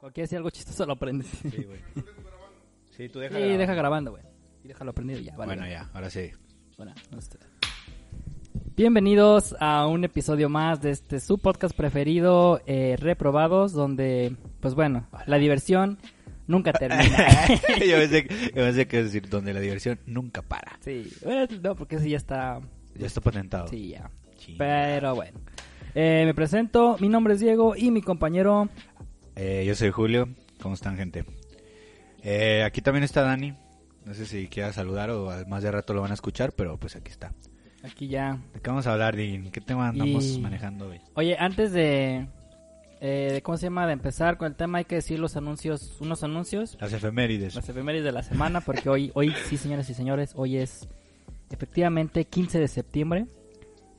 Cualquier si algo chistoso lo prendes. Sí, güey. Sí, tú Y deja. deja grabando, güey. Y déjalo prendido ya, vale. Bueno, ya, ahora sí. Bueno, no sé. Bienvenidos a un episodio más de este su podcast preferido, eh, Reprobados, donde, pues bueno, la diversión nunca termina. yo, pensé, que- yo pensé que ibas a decir donde la diversión nunca para. sí, bueno, no, porque eso ya está. Ya está patentado. Sí, ya. Chinga. Pero bueno. Eh, me presento, mi nombre es Diego y mi compañero. Eh, yo soy Julio. ¿Cómo están, gente? Eh, aquí también está Dani. No sé si quiera saludar o al- más de rato lo van a escuchar, pero pues aquí está. Aquí ya. ¿De qué vamos a hablar, Din? ¿Qué tema andamos Y- manejando hoy? Oye, antes de. eh, de ¿Cómo se llama? De empezar con el tema, hay que decir los anuncios, unos anuncios. Las efemérides. Las efemérides de la semana, porque hoy, hoy sí, señoras y señores, hoy es efectivamente 15 de septiembre.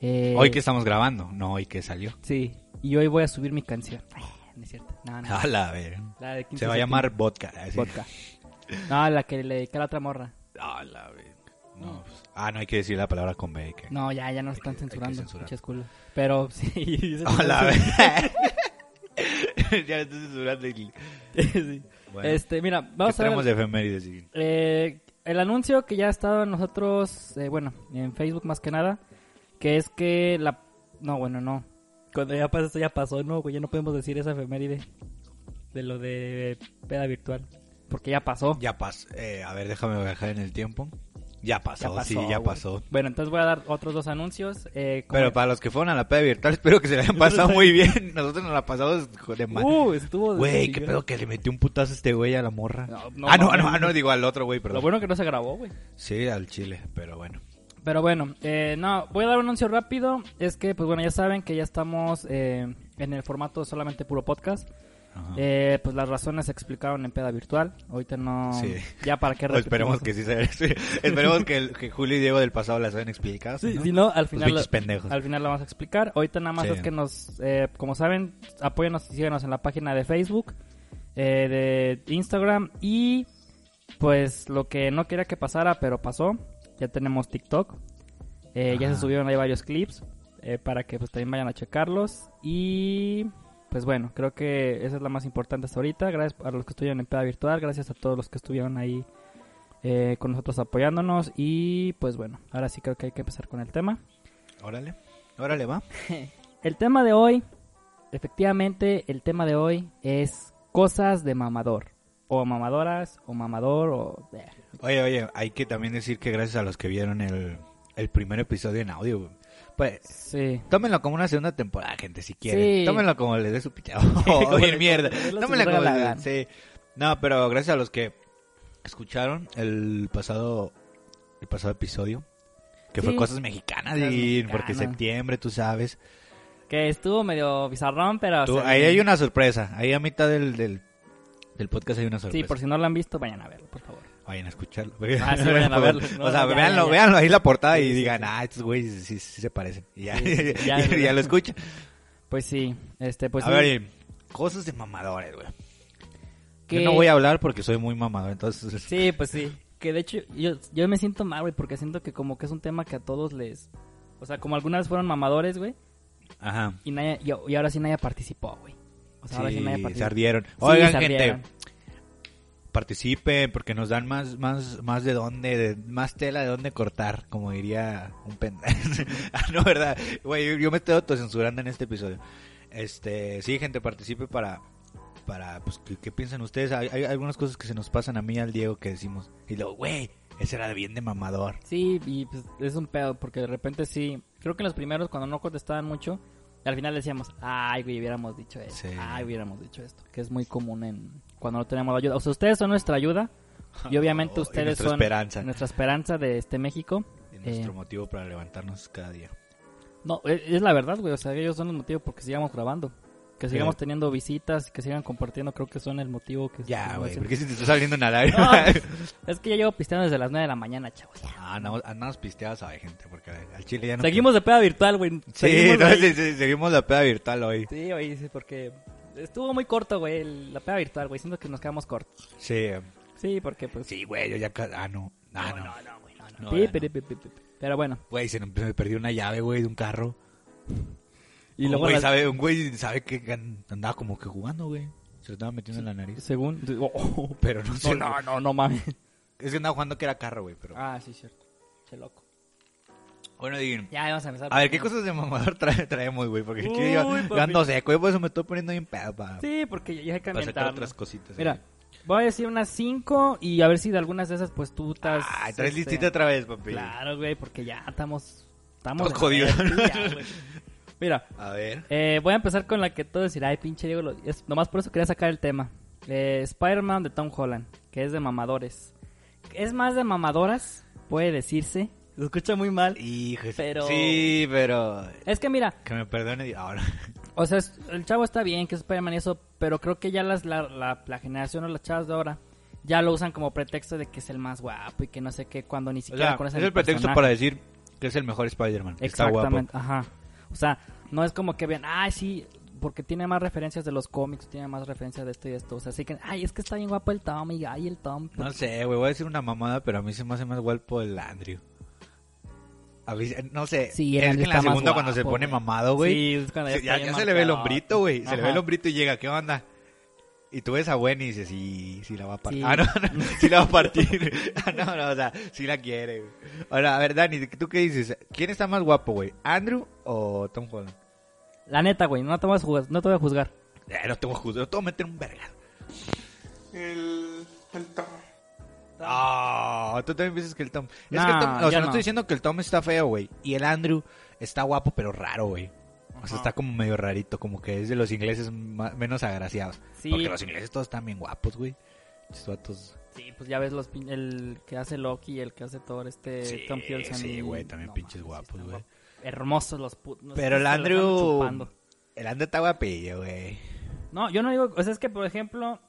Eh, Hoy que estamos grabando, no hoy que salió. Sí, y hoy voy a subir mi canción. Ah, No es cierto. No, no. A la ver. La de 15 Ah, Se va a de llamar vodka. así. septiembre. Vodka. No, la que le dediqué a la otra morra. A la ver. No, pues- Ah, no hay que decir la palabra con B. que- No, ya, ya nos están que- hay que censurando. censurar. pinches culos. Pero sí. se A la censura. ver. ya me estoy censurando. el- Sí. Bueno, Este, mira, ¿qué vamos a ver. tenemos de efemérides? Din? Eh, el anuncio que ya ha estado en nosotros, eh, bueno, en Facebook más que nada, que es que la... No, bueno, no. Cuando ya pasó, esto ya pasó, no, güey, ya no podemos decir esa efeméride de lo de peda virtual. Porque ya pasó. Ya pasó. Eh, a ver, déjame viajar en el tiempo. Ya pasó, sí, ya güey. pasó. Bueno, entonces voy a dar otros dos anuncios. eh, como- Pero para los que fueron a la peda virtual, espero que se la hayan pasado muy bien. Nosotros nos la pasamos de mal. Uh, estuvo... de Güey, qué chingón. pedo que le metió un putazo a este güey a la morra. No, no, ah, no, mames. no, ah, no, digo al otro güey, perdón. Lo bueno que no se grabó, güey. Sí, al chile, pero bueno. Pero bueno, eh, no, voy a dar un anuncio rápido. Es que, pues bueno, ya saben que ya estamos eh, en el formato solamente puro podcast. Ajá. Eh, pues las razones se explicaron en peda virtual. Ahorita no. Sí. Ya para qué O esperemos repetimos? que sí, se- sí. esperemos que, el- que Julio y Diego del pasado las hayan explicado. Sí, ¿no? si no, al final, pinches pendejos. lo, al final lo vamos a explicar. Ahorita nada más Sí. es que nos, eh, como saben, apóyanos y síguenos en la página de Facebook, eh, de Instagram y pues lo que no quería que pasara, pero pasó. Ya tenemos TikTok. Eh, ya Ajá. se subieron ahí varios clips eh, para que pues también vayan a checarlos. Y pues bueno, creo que esa es la más importante hasta ahorita. Gracias a los que estuvieron en Peda Virtual, gracias a todos los que estuvieron ahí eh, con nosotros apoyándonos. Y pues bueno, ahora sí creo que hay que empezar con el tema. Órale, órale, va. El tema de hoy, efectivamente, el tema de hoy es cosas de mamador. O mamadoras, o mamador, o... eh, Oye, oye, hay que también decir que gracias a los que vieron el, el primer episodio en audio, güey. Pues, Sí. tómenlo como una segunda temporada, gente, si quieren. Sí. Tómenlo como les dé su pichado. como Oye, les- mierda. como les dé Tómenlo su como regalada. les sí. No, pero gracias a los que escucharon el pasado, el pasado episodio, que fue Sí. cosas mexicanas, Cosas y mexicanas. porque septiembre, tú sabes. Que estuvo medio bizarrón, pero... Tú- se- ahí hay una sorpresa. Ahí a mitad del, del, del podcast hay una Sí, sorpresa. por si no lo han visto, vayan a verlo, por favor. Vayan a escucharlo. Ah, sí, vayan a verlo. No, o sea, no, ya, véanlo, ya, ya. véanlo ahí la portada Sí, y sí, digan, sí. ah, estos güeyes sí, sí se parecen. Y ya, Sí, sí, ya, ya, ya ¿verdad? lo escuchan. Pues sí, este, pues a sí, ver, y cosas de mamadores, güey. que- Yo no voy a hablar porque soy muy mamador, entonces... Sí, pues sí. Que de hecho, yo, yo me siento mal, güey, porque siento que como que es un tema que a todos les... O sea, como alguna vez fueron mamadores, güey, Ajá. y, nadie- y, y ahora sí nadie participó, güey. O sea, Pues ahora sí Sí, nadie se participó. ardieron. Sí, Oigan, se gente, ardieron. participen porque nos dan más, más, más de dónde, de- más tela de dónde cortar, como diría un pendejo. ah, no, verdad. Güey, yo, yo me estoy autocensurando en este episodio. Este, sí, gente, participe para, para, pues, ¿qué, qué piensan ustedes? Hay, hay algunas cosas que se nos pasan a mí y al Diego que decimos. Y luego, güey, ese era bien de mamador. Sí, y pues es un pedo, porque de repente sí. Creo que los primeros, cuando no contestaban mucho, al final decíamos, ay, güey, hubiéramos dicho esto. Sí. Ay, hubiéramos dicho esto. Que es muy común en cuando no tenemos ayuda. O sea, ustedes son nuestra ayuda. Y obviamente Oh, y ustedes nuestra son esperanza. nuestra esperanza de este México. Y Eh, nuestro motivo para levantarnos cada día. No, e- es la verdad, güey. O sea, ellos son el motivo porque sigamos grabando. Que sigamos teniendo visitas, que sigan compartiendo, creo que son el motivo que... Ya, que- güey, porque si te está saliendo una lágrima. No, pues. es que ya llevo pisteando desde las 9 de la mañana, chavos. Ya. Ah, andamos, andamos pisteados hoy, gente, porque al chile ya no... Seguimos de peda virtual, güey. Sí, Seguimos no, ahí. sí, sí, seguimos la peda virtual hoy. Sí, oye, sí, porque estuvo muy corto, güey, el- la peda virtual, güey. Siento que nos quedamos cortos. Sí, Sí, porque pues... sí, güey, yo ya... ca- Ah, no. Ah, no. güey, No, Pi, ya pi, pi, pi, pi, pi. Pero bueno. Güey, se me se me perdió una llave, güey, de un carro. Y un luego... güey las- sabe, un güey sabe que gan- andaba como que jugando, güey. Se lo estaba metiendo en la nariz. Según. oh, oh, Pero no sé. no, no, no, no mames. Es que andaba jugando que era carro, güey. Pero... Ah, sí, cierto. Che loco. Bueno, Divin. Ya, vamos a empezar. A ver, ¿qué cosas de mamador trae, traemos, güey? Porque aquí Uy, yo, yo papi. ando seco, yo por eso me estoy poniendo bien pedo para, Sí, porque ya, ya hay que para sacar ambientarnos. otras cositas. Mira, güey. voy a decir unas cinco y a ver si de algunas de esas, pues tú estás. Ay, Ah, traes este, listita otra vez, papi. Claro, güey, porque ya estamos. Estamos. Estamos en- jodidos, ¿no? ya, güey. Mira, A ver. eh, voy a empezar con la que todo decir, ay, pinche Diego, lo- es- nomás por eso quería sacar el tema. Eh, Spider-Man de Tom Holland, que es de mamadores. Es más de mamadoras, puede decirse. Lo escucha muy mal. Hijo, de- Pero- Sí, pero... Es que mira, Que me perdone ahora. O sea, es- el chavo está bien, que es Spider-Man y eso, pero creo que ya las, la, la- la generación o las chavas de ahora ya lo usan como pretexto de que es el más guapo y que no sé qué, cuando ni O siquiera sea, es conocen el pretexto personaje. para decir que es el mejor Spider-Man. que Está guapo. Exactamente, ajá. O sea, no es como que vean, ay, sí, porque tiene más referencias de los cómics, tiene más referencias de esto y de esto. O sea, así que, ay, es que está bien guapo el Tom y ay, el Tom. No sé, güey, voy a decir una mamada, pero a mí se me hace más guapo el Andrew. A mí, no sé. Sí, el es Andrew que en la está más segunda cuando se guapo, pone güey. mamado, güey. Sí, es cuando se- está ya bien ya se le ve el marcado. hombrito, güey. Se le ve el Ajá. hombrito y llega, ¿qué onda? Y tú ves a Gwen y dices, sí, sí la va a partir. Sí. Ah, no, no, sí la va a partir. ah, no, no, o sea, sí la quiere, güey. Ahora, a ver, Dani, ¿tú qué dices? ¿Quién está más guapo, güey? ¿Andrew o Tom Holland? La neta, güey, no te voy a juzgar. No te voy a juzgar. Eh, no te voy a juzgar, te voy a meter un verga. El, el Tom. Ah, tú también piensas que el Tom. es Nah, que el Tom- o yo sea, no. no. estoy diciendo que el Tom está feo, güey. Y el Andrew está guapo, pero raro, güey. O sea, está como medio rarito, como que es de los ingleses ma- menos agraciados. Sí. Porque los ingleses todos están bien guapos, güey. Estos vatos- Sí, pues ya ves los pin- el que hace Loki y el que hace Thor, este Sí, Tom Hiddleston. sí, güey, también pinches mames, sí guapos, están güey. Hermosos los putos. Pero el Andrew. El Andrew está guapillo, güey. No, yo no digo, o sea, es que por ejemplo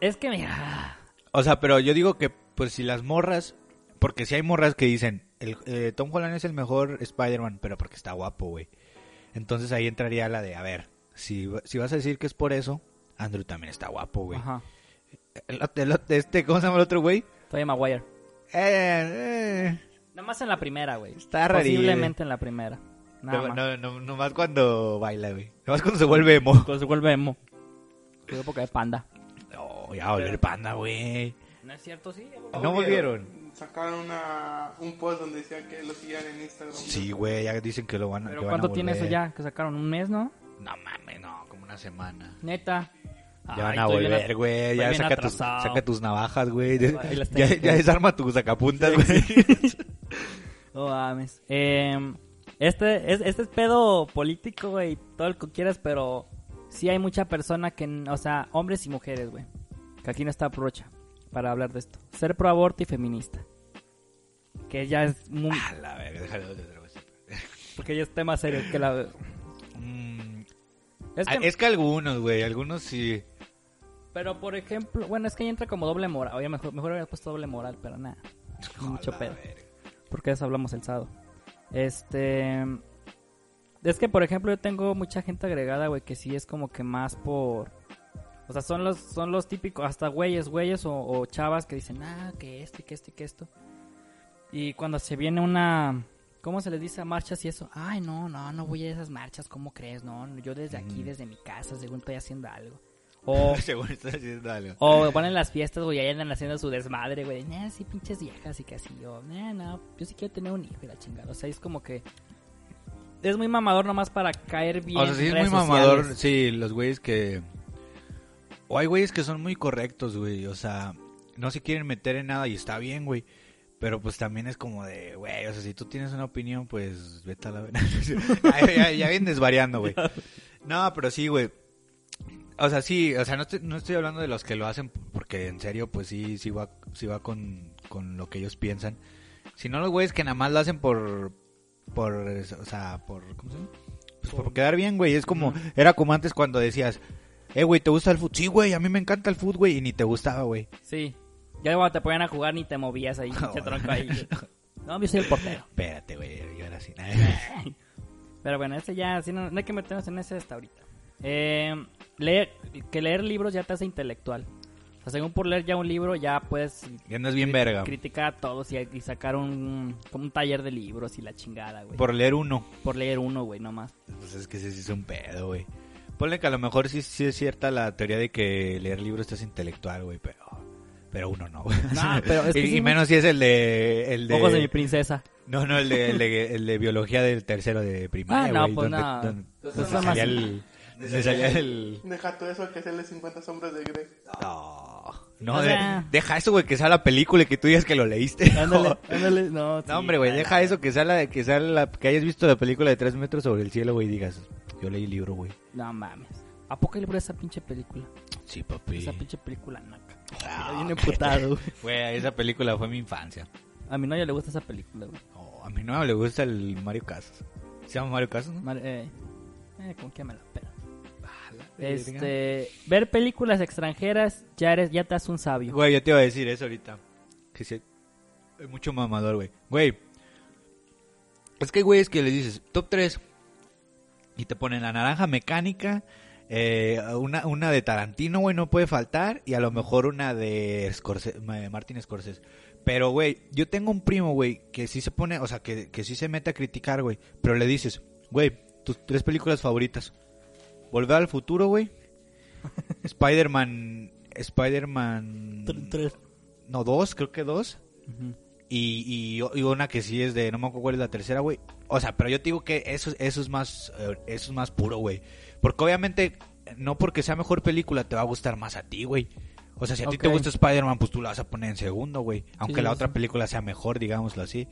es que mira, O sea, pero yo digo que, pues si las morras. Porque si hay morras que dicen, el, eh, Tom Holland es el mejor Spider-Man, pero porque está guapo, güey. Entonces ahí entraría la de, a ver, si, si vas a decir que es por eso, Andrew también está guapo, güey. ajá. El, el- este, ¿Cómo se llama el otro güey? Tobey Maguire. Eh, eh, Nada más en la primera, güey. Está rarillo. Posiblemente en la primera. Nada no, más. no, no, nomás cuando baila, güey. Nomás cuando se vuelve emo. Cuando se vuelve emo. Su época de panda. No, ya volvió el panda, güey. No es cierto, sí. No volvieron. Sacaron una, un post donde decía que lo siguieran en Instagram. Sí, güey, ya dicen que lo van, a- Pero que van a ¿cuánto tiene eso volver. ya? Que sacaron un mes, ¿no? No mames, no, como una semana. Neta. Ya van Ay, a estoy bien volver, at- güey. estoy Ya bien saca tus, atrasado. saca tus navajas, güey. Ahí las Ya, tengo. ya desarma tus sacapuntas, güey. No mames. Eh, este, es, este es pedo político, güey. Todo lo que quieras, pero sí hay mucha persona que. n- O sea, hombres y mujeres, güey. Que aquí no está procha para hablar de esto. Ser pro aborto y feminista. Que ya es muy. A la verga, déjalo de otra vez. Porque ya es tema serio. Que la, Mm, es ah, que- Es que algunos, güey. Algunos sí. Pero por ejemplo, bueno, es que ahí entra como doble moral. Oye, mejor, mejor hubiera puesto doble moral, pero nada. Mucho A la pedo. verga. porque de eso hablamos el sábado. Este. Es que, por ejemplo, yo tengo mucha gente agregada, güey, que sí es como que más por. O sea, son los, son los típicos, hasta güeyes, güeyes o, o chavas que dicen, ah, que esto y que esto y que esto. Y cuando se viene una. ¿Cómo se les dice a marchas y eso? Ay, no, no, no voy a esas marchas, ¿cómo crees? No, no, yo desde aquí, Mm. desde mi casa, según estoy haciendo algo. O, Seguro estás haciendo algo. o van en las fiestas, güey, ahí andan haciendo su desmadre, güey. Nah, sí, pinches viejas y que así. Yo, nah, no, yo sí quiero tener un hijo y la chingada. O sea, es como que. Es muy mamador nomás para caer bien. O sea, en sí es muy redes mamador, sociales. sí, los güeyes que... O hay güeyes que son muy correctos, güey, o sea, no se quieren meter en nada y está bien, güey. Pero pues también es como de, güey, o sea, si tú tienes una opinión, pues vete a la verga. ya, ya, ya vienes variando, güey. No, pero sí, güey. O sea, sí, o sea, no estoy, no estoy hablando de los que lo hacen porque en serio, pues sí, sí va, sí va con, con lo que ellos piensan. Sino los güeyes que nada más lo hacen por, por, o sea, por, ¿cómo se llama? Pues por quedar bien, güey. Es como, era como antes cuando decías, eh, güey, ¿te gusta el fútbol? Sí, güey, a mí me encanta el fútbol, güey, y ni te gustaba, güey. Sí. Ya cuando te ponían a jugar ni te movías ahí, pinche tronco ahí. No, yo soy el portero. Espérate, güey, yo era así. nada. Pero bueno, ese ya, sí, no, no hay que meternos en ese hasta ahorita. Eh, leer, que leer libros ya te hace intelectual. O sea, según por leer ya un libro, ya puedes Ya andas bien verga. criticar a todos y, y sacar un, como un taller de libros y la chingada, güey. Por leer uno. Por leer uno, güey, nomás. Pues es que ese sí es un pedo, güey. Ponle que a lo mejor sí, sí es cierta la teoría de que leer libros es intelectual, güey, pero, pero uno no, güey. No, pero es que y, sí y me- menos si es el de... El de Ojos de mi princesa. No, no, el de, el de, el de biología del tercero de primaria, Ah, no, güey, pues donde- no. donde- donde Eso es más- salía el... donde salía el... Deja todo eso que es el de 50 sombras de Grey. No, no, O de- sea- deja eso, güey, que sea la película y que tú digas que lo leíste. Ándale, ándale. No, sí, No, hombre, güey, ya, deja eso, que sea la, que sea la, que hayas visto la película de tres metros sobre el cielo, güey, y digas, yo leí el libro, güey. No mames. ¿A poco le esa pinche película? Sí, papi. Esa pinche película naca. Ah, Yo bien emputado, güey. Güey, esa película fue mi infancia. A mi novia le gusta esa película, güey. Oh, a mi no le gusta el Mario Casas. ¿Se llama Mario Casas, no? Mar- eh, eh, ¿Con qué me la pela? Verga. Este, ver películas extranjeras, ya eres, ya te haces un sabio. Güey, yo te iba a decir eso ahorita. Que sí, es mucho mamador, güey. Güey, es que, güey, es que le dices top 3 y te ponen la naranja mecánica, eh, una, una de Tarantino, güey, no puede faltar, y a lo mejor una de Scorse- ma- Martin Scorsese. Pero, güey, yo tengo un primo, güey, que sí se pone, o sea, que, que sí se mete a criticar, güey, pero le dices, güey, tus tres películas favoritas. Volver al futuro, güey. Spider-Man. Spider-Man. Tr- tres. No, dos, creo que dos. Ujú. Y, y, y una que sí es de, no me acuerdo cuál es la tercera, güey. O sea, pero yo te digo que eso, eso es más eh, eso es más puro, güey. Porque obviamente, no porque sea mejor película, te va a gustar más a ti, güey. O sea, si a ti te Ok. gusta Spider-Man, pues tú la vas a poner en segundo, güey. Aunque Sí, la sí, otra sí. película sea mejor, digámoslo así.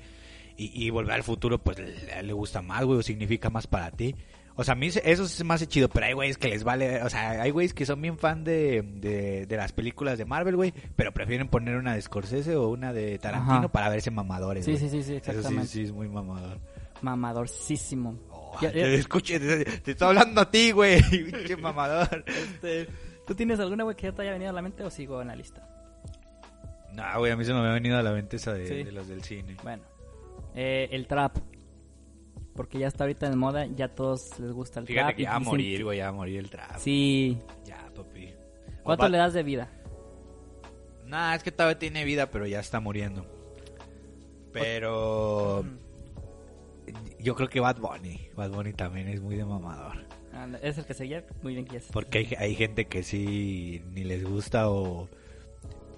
Y, y volver al futuro, pues le, le gusta más, güey, o significa más para ti. O sea, a mí se- eso es más chido, pero hay güeyes que les vale. O sea, hay güeyes que son bien fan de, de, de las películas de Marvel, güey, pero prefieren poner una de Scorsese o una de Tarantino Ajá. para verse mamadores. Sí, güey. sí, sí, sí, Eso exactamente. sí, sí, es muy mamador. Mamadorcísimo. Oh, Ya- te ya- escuché, te, te estoy hablando a ti, güey. Pinche mamador. este, ¿Tú tienes alguna, güey, que ya te haya venido a la mente o sigo en la lista? No, güey, a mí se me ha venido a la mente esa de, Sí. de los del cine. Bueno, eh, el trap. Porque ya está ahorita en moda, ya a todos les gusta el Fíjate trap. que y ya va a dicen- morir, güey, ya va a morir el trap. Sí. Ya, papi. ¿Cuánto Va- le das de vida? Nah, es que todavía tiene vida, pero ya está muriendo. Pero. Mm. Yo creo que Bad Bunny. Bad Bunny también es muy de mamador. Anda, Es el que seguía. Muy bien, que ya se- Porque hay, hay gente que sí ni les gusta o.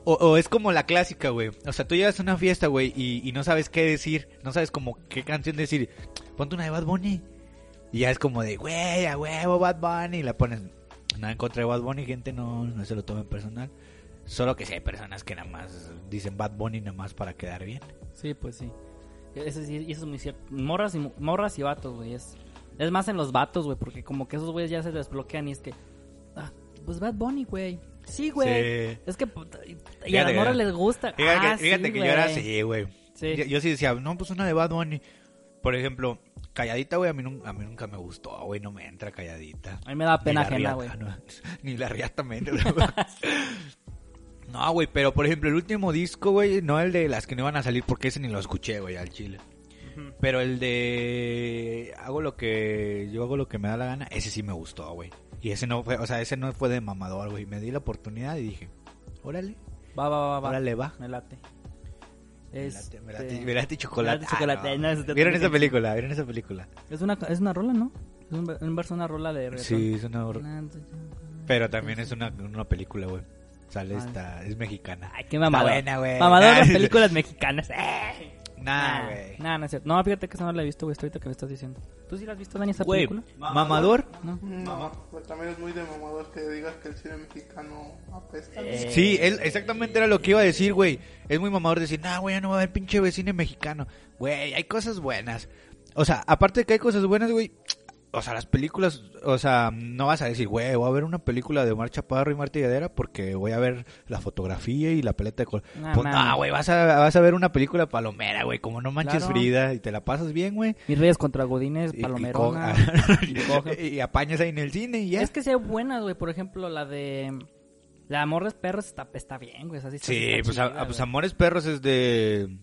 O, o es como la clásica, güey. O sea, tú llegas a una fiesta, güey, y, y no sabes qué decir. No sabes como qué canción decir. Ponte una de Bad Bunny. Y ya es como de, güey, a huevo, Bad Bunny. Y la pones. Nada en contra de Bad Bunny, gente, no, no se lo tomen personal. Solo que si hay personas que nada más dicen Bad Bunny nada más para quedar bien. Sí, pues sí. Eso, sí, eso es muy cierto. Morras y, mu- morras y vatos, güey. Es, es más en los vatos, güey, porque como que esos güeyes ya se desbloquean y es que... Ah, pues Bad Bunny, güey. Sí, güey. Sí. Es que... puta, Y y a Fíjate las que- morras les gusta. Fíjate, Ah, que, fíjate sí, que yo era güey. así, güey. Sí. Yo, yo sí decía, no, pues una de Bad Bunny. Por ejemplo, Calladita, güey, a mí, nun- a mí nunca me gustó, ah, güey, no me entra Calladita. A mí me da pena Ni ajena, la güey. riata, no, ni la riata me entra, güey. No, güey, pero por ejemplo, el último disco, güey, no el de las que no iban a salir, porque ese ni lo escuché, güey, al chile. Pero el de hago lo que yo hago lo que me da la gana, ese sí me gustó, güey. Y ese no fue, o sea, ese no fue de mamador, güey. Me di la oportunidad y dije, órale, Va, va, va, va. órale va. Me late. Me Este, late, me late- me late chocolate. me late chocolate. Ah, no. No, eso te- ¿Vieron esa película? ¿Vieron esa película? Es una, es una rola, ¿no? Es un, un verso, una rola de... reggaetón. Sí, es una hor- Pero también es una, una película, güey. Sale Ah. esta, es mexicana. Ay, qué mamador. Está buena, güey. Mamador Nah, las es- películas mexicanas. ¡Eh! Nah, güey. Nah, no es cierto. No, fíjate que esa no la he visto, güey, hasta ahorita que me estás diciendo. ¿Tú sí la has visto, Dani, esa Güey, película? mamador. No. No, pero también es muy de mamador que digas que el cine mexicano apesta. Eh. Sí, él exactamente era lo que iba a decir, güey. Es muy mamador decir, nah, güey, ya no va a haber pinche vecino mexicano. Güey, hay cosas buenas. O sea, aparte de que hay cosas buenas, güey. O sea, las películas, o sea, no vas a decir, güey, voy a ver una película de Omar Chaparro y Marta Lladera porque voy a ver la fotografía y la paleta de color. Nah, pues mames. no, güey, vas a, vas a ver una película palomera, güey, como no manches Claro. Frida y te la pasas bien, güey. Mis Reyes contra Godines, Y- y Palomerona. co- Ah, y coge. y apañas ahí en el cine y ya. Es que sea buenas, güey. Por ejemplo, la de... La Amor de los Perros está, está bien, güey. esa sí está- Sí, está pues, chida, a- a- pues güey. Amores Perros es de...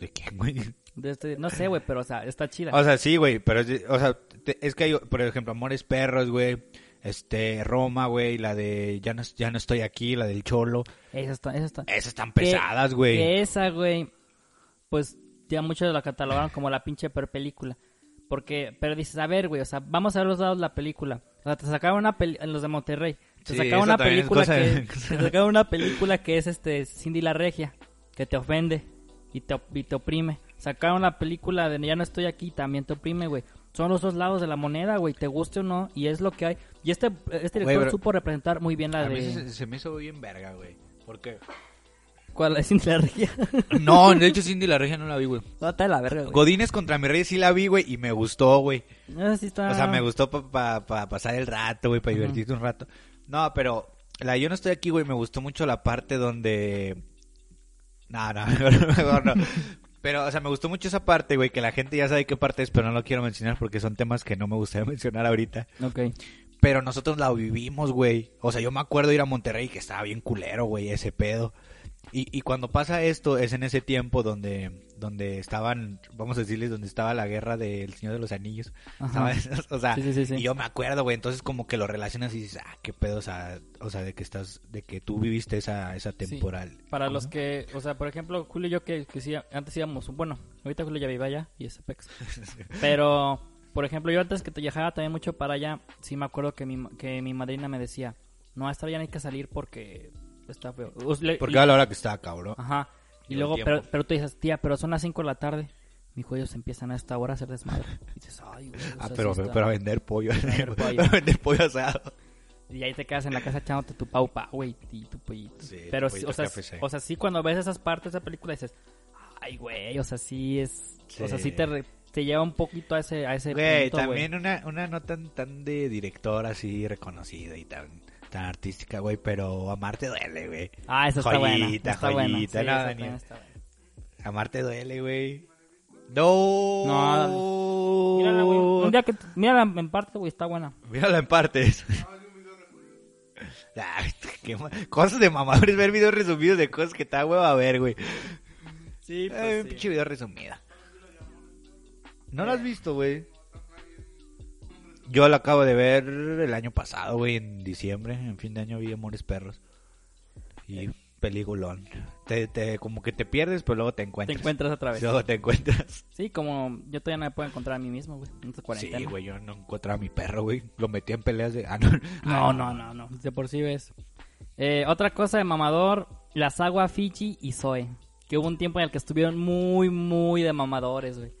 ¿De quién, güey? De este- No sé, güey, pero o sea, está chida. O sea, sí, güey, pero es, de- o sea, te- es que hay, por ejemplo, Amores Perros, güey, este, Roma, güey, la de ya no, ya no estoy aquí, la del Cholo, Esa está... Esa está... esas están Que- pesadas, güey. que esa, güey, pues ya muchos la catalogaron como la pinche peor película. Porque, pero dices, a ver, güey, o sea, vamos a ver los dados de la película. O sea, te sacaron una peli- los de Monterrey. Te Sí, sacaron esa una también es película cosa que de- te sacaron una película que es este Cindy la Regia, que te ofende y te, op- y te oprime. Sacaron la película de Ya no estoy aquí, también te oprime, güey. Son los dos lados de la moneda, güey, te guste o no, y es lo que hay. Y este, este director Güey, pero- supo representar muy bien la A mí de... se, se me hizo bien verga, güey. Porque... ¿Cuál? ¿La de Cindy la Regia? No, de hecho Cindy la Regia no la vi, güey. no, está de la verga, güey. Godines contra mi rey sí la vi, güey, y me gustó, güey. Esa Ah, sí está- O sea, me gustó para pasar el rato, güey, para Ujú. divertirte un rato. No, pero la de yo no estoy aquí, güey, me gustó mucho la parte donde... No, no, mejor, mejor no. Pero, o sea, me gustó mucho esa parte, güey, que la gente ya sabe qué parte es, pero no lo quiero mencionar porque son temas que no me gustaría mencionar ahorita. Ok. Pero nosotros la vivimos, güey. O sea, yo me acuerdo ir a Monterrey que estaba bien culero, güey, ese pedo. Y, y cuando pasa esto es en ese tiempo donde, donde estaban, vamos a decirles, donde estaba la guerra del Señor de los Anillos. Ajá. ¿sabes? O sea, Sí, sí, sí, sí. y yo me acuerdo, güey. Entonces como que lo relacionas y dices, ah, qué pedo, o sea, o sea, de que estás, de que tú viviste esa, esa temporal. Para ¿Cómo? los que, o sea, por ejemplo, Julio y yo que, que sí, antes íbamos, bueno, ahorita Julio ya vive allá y es Apex. Pero, por ejemplo, yo antes que te viajaba también mucho para allá, sí me acuerdo que mi, ma- que mi madrina me decía, no, a esta hora ya no hay que salir porque está feo. O sea, le- Porque a la hora que estaba, cabrón. Ajá. Y Todo luego, el pero, tiempo. pero tú dices, tía, pero son las 5 de la tarde. Mi hijo, ellos empiezan a esta hora a hacer desmadre. Y dices, ay, güey. o Ah, sea, pero, sí pero, está- a vender pollo. vender pollo. Pero a vender pollo asado. Y ahí te quedas en la casa echándote tu pau pa, güey, y tu pollito. Sí, tu Pero, sí, pollito o sea, KFC. o sea, sí, cuando ves esas partes de esa película dices, ay, güey, o sea, sí es. O sea, sí Sí. te, re- te lleva un poquito a ese, a ese Güey, punto, también una, una no tan, tan de director así reconocida y tan, tan artística, güey, pero amarte duele, güey. Ah, esa está buena. Joyita, está buena. Sí, joyita, esa nada, también ni- está buena. Amarte duele, güey. No. Mírala, güey. Un día que. t- Mírala en parte, güey, está buena. Mírala en partes. Ay, qué ma- Cosas de mamadores, ver videos resumidos de cosas que está hueva a ver, güey. pues, Sí, Eh, pinche video resumido. ¿No lo has visto, güey? Yo lo acabo de ver el año pasado, güey, en diciembre. En fin de año vi Amores Perros. Y peliculón. Te, te- como que te pierdes, pero luego te Te encuentras. encuentras otra vez. Luego te encuentras. Sí, como yo todavía no me puedo encontrar a mí mismo, güey. Antes de cuarentena. Sí, güey, yo no encontraba a mi perro, güey. Lo metí en peleas de... Ah, no. No, no, no, no. De por sí ves. Eh, otra cosa de mamador, las aguas Fiji y Zoe. Que hubo un tiempo en el que estuvieron muy, muy de mamadores, güey.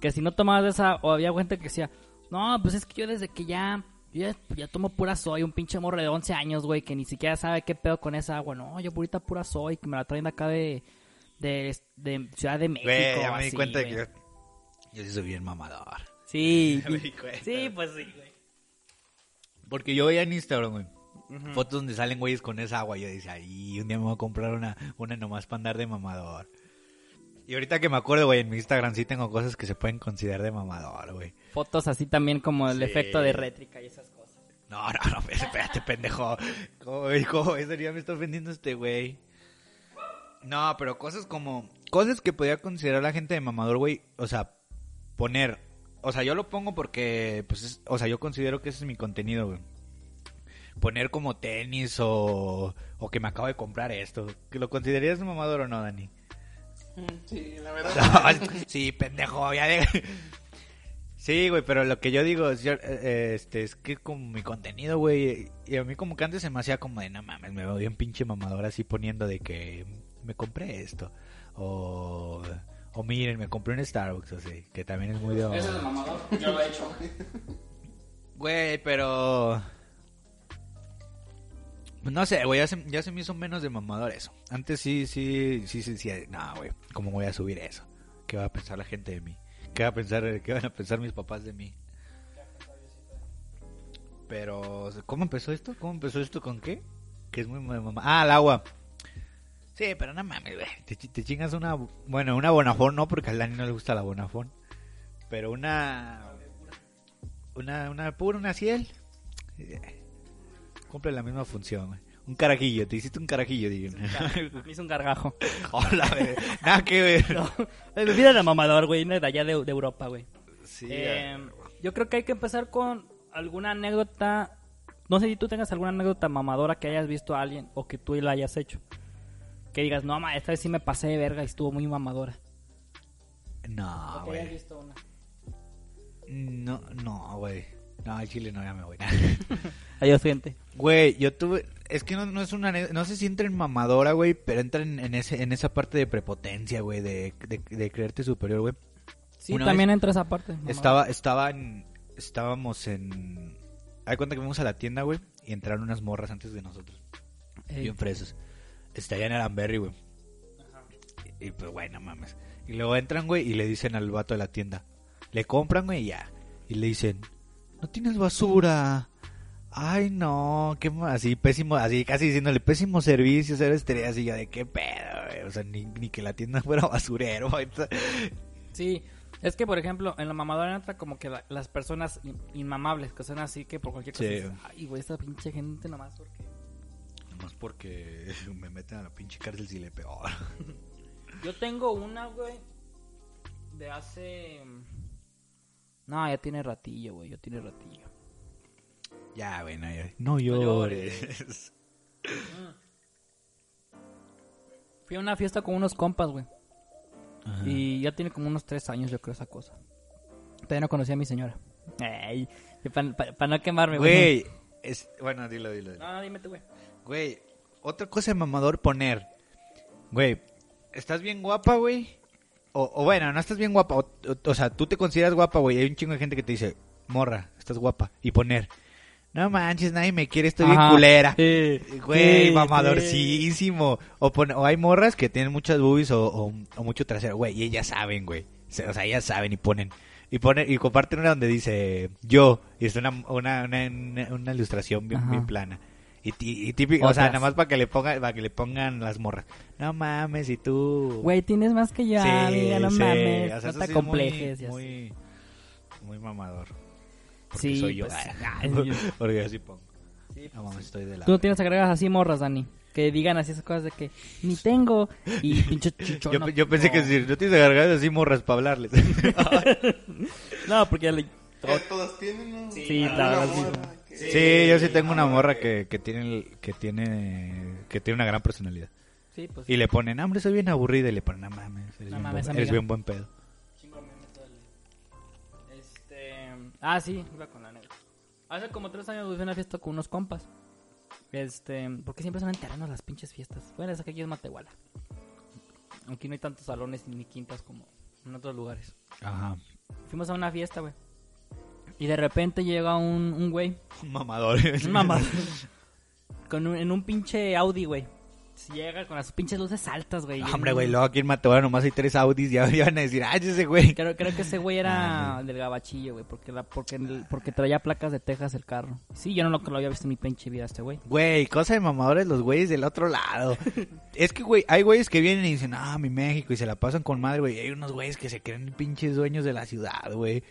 Que si no tomabas de esa, o había gente que decía, no, pues es que yo desde que ya, yo ya, ya tomo pura Zoe, un pinche morro de 11 años, güey, que ni siquiera sabe qué pedo con esa agua. No, yo ahorita pura Zoe, que me la traen de acá de, de, de Ciudad de México. Güey, ya me di así, cuenta de güey". que yo... Yo sí soy bien mamador. Sí, Ya me di cuenta. sí, pues sí, güey. Porque yo veía en Instagram, güey. Fotos donde salen güeyes con esa agua. Yo decía, ay, un día me voy a comprar una, una nomás para andar de mamador. Y ahorita que me acuerdo, güey, en mi Instagram sí tengo cosas que se pueden considerar de mamador, güey. Fotos así también como el Sí. efecto de rétrica y esas cosas. No, no, no, espérate, pendejo. ¿Cómo, güey? ¿Cómo? Eso ya me está ofendiendo este güey. No, pero cosas como... Cosas que podría considerar la gente de mamador, güey. O sea, poner... O sea, yo lo pongo porque... pues, es- O sea, yo considero que ese es mi contenido, güey. Poner como tenis o... O que me acabo de comprar esto. ¿Que ¿Lo considerarías mamador o no, Dani? Mm, Sí, la verdad. No, sí, pendejo, ya de- Sí, güey, pero lo que yo digo es, yo, eh, este, es que como mi contenido, güey, y a mí como que antes se me hacía como de, no mames, me veo bien pinche mamador así poniendo de que me compré esto, o, o miren, me compré un Starbucks, así, que también es muy de... Eso es mamador. Yo lo he hecho. Güey, pero... No sé, güey, ya se, ya se me hizo menos de mamador eso. Antes sí, sí, sí, sí, sí, no, güey, ¿cómo voy a subir eso? ¿Qué va a pensar la gente de mí? ¿Qué, va a pensar, qué van a pensar mis papás de mí? Pero, ¿cómo empezó esto? ¿Cómo empezó esto con qué? Que es muy de mamá. Ah, el agua. Sí, pero no mames, güey. Te, chi- te chingas una. Bueno, una Bonafón no, porque al Dani no le gusta la Bonafón. Pero una. Una, una pura, una ciel. eh, Cumple la misma función, güey. Un carajillo, te hiciste un carajillo, digo. Me hizo un gargajo. Hola, güey. Nada que ver. No, me mira de mamador, güey, de allá de, de Europa, güey. Sí, Eh, yo creo que hay que empezar con alguna anécdota. No sé si tú tengas alguna anécdota mamadora que hayas visto a alguien o que tú la hayas hecho. Que digas, no, ma, esta vez sí me pasé de verga y estuvo muy mamadora. Que No, hayas Ah, güey. visto una. No, no, güey. No, al chile no, ya me voy. Adiós, gente. Güey, yo tuve. Es que no, no es una. ane- No sé si entra en mamadora, güey, pero entra en, en ese, en esa parte de prepotencia, güey, de, de, de creerte superior, güey. Sí, Una también entra esa parte. mamá. Estaba, estaba en- estábamos en. Hay cuenta que fuimos a la tienda, güey, y entraron unas morras antes de nosotros. Ey. Bien fresas. Está allá en Aramberry, güey. Y, y, pues, güey, no mames. Y luego entran, güey, y le dicen al vato de la tienda. Le compran, güey, y ya. Y le dicen, no tienes basura. Ay, no, qué ma- así pésimo, así casi diciéndole pésimo servicio, cero estrellas. Y yo de qué pedo, güey. O sea, ni, ni que la tienda fuera basurero, güey. Sí, es que por ejemplo, en la mamadora entra como que la- las personas in- inmamables, que son así que por cualquier cosa. Sí. dices, Ay, güey, esta pinche gente nomás porque. Nomás porque me meten a la pinche cárcel si le pego. Yo tengo una, güey, de hace. No, ya tiene ratillo, güey, ya tiene ratillo. ya, bueno, ya. No llores. llores. Fui a una fiesta con unos compas, güey. Ajá. Y ya tiene como unos tres años, yo creo, esa cosa. Todavía no conocía a mi señora. Ey, para no quemarme, güey. Güey, es- bueno, dilo, dilo. dilo. No, no, dime tú, güey. Güey, otra cosa de mamador poner. Güey, ¿estás bien guapa, güey? O, o bueno, no estás bien guapa. O, o- o sea, tú te consideras guapa, güey. Hay un chingo de gente que te dice, morra, estás guapa. Y poner, no manches, nadie me quiere, estoy bien Ajá. culera. Sí, Güey, sí, sí. mamadorcísimo. O, pon- o hay morras que tienen muchas boobies o, o- o mucho trasero, güey. Y ellas saben, güey. Se- O sea, ellas saben y ponen. Y ponen, y comparten una donde dice yo. Y es una, una, una, una- una ilustración bien, Ajá. bien plana. Y, ti- y típico, o sea, Otras. nada más para que le pongan, para que le pongan las morras. No mames, y tú. Güey, tienes más que yo, Sí, amiga, no sí. mames. O sea, no eso te sí es complejes. ya sé. Muy, muy, muy mamador. Porque Sí, soy yo. pues, Ah, ay, yo- Porque yo sí pongo. No mames, estoy de la. Tú no tienes agregas así morras, Dani. Que digan así esas cosas de que ni tengo y pinche Yo, chichón. pe- yo pensé que decir, no tienes agarradas así morras para hablarles. No, porque ya le. Que todas tienen, ¿no? Sí, Alguna todas morra tienen. que- sí, yo sí tengo una morra que, que tiene el- que tiene que tiene una gran personalidad. Sí, pues. Y le ponen, "Ah, hombre, soy bien aburrida." Y le ponen, "No mames, eres, No bien, mames, buen, eres amiga. bien buen pedo." Chingo de memes todo el- Este. Ah, sí, iba con la negra. Hace como tres años fui a una fiesta con unos compas. Este. Porque siempre son en terrenos las pinches fiestas. Bueno, esa que aquí es Matehuala. Aquí no hay tantos salones ni quintas como en otros lugares. Ajá. Fuimos a una fiesta, güey. Y de repente llega un, un güey. Un mamador. Un mamador. con un- en un pinche Audi, güey. Llega con las pinches luces altas, güey. No, hombre, güey, loco. luego aquí en Matehuala nomás hay tres Audis ya ya van a decir, "Ay, ese güey." Creo, creo que ese güey era Ah, del gabachillo, güey, porque, la, porque, el- porque traía placas de Texas el carro. Sí, yo no lo, lo había visto en mi pinche vida este güey. Güey, cosa de mamadores los güeyes del otro lado. es que, güey, hay güeyes que vienen y dicen, ah, mi México, y se la pasan con madre, güey. Y hay unos güeyes que se creen pinches dueños de la ciudad, güey.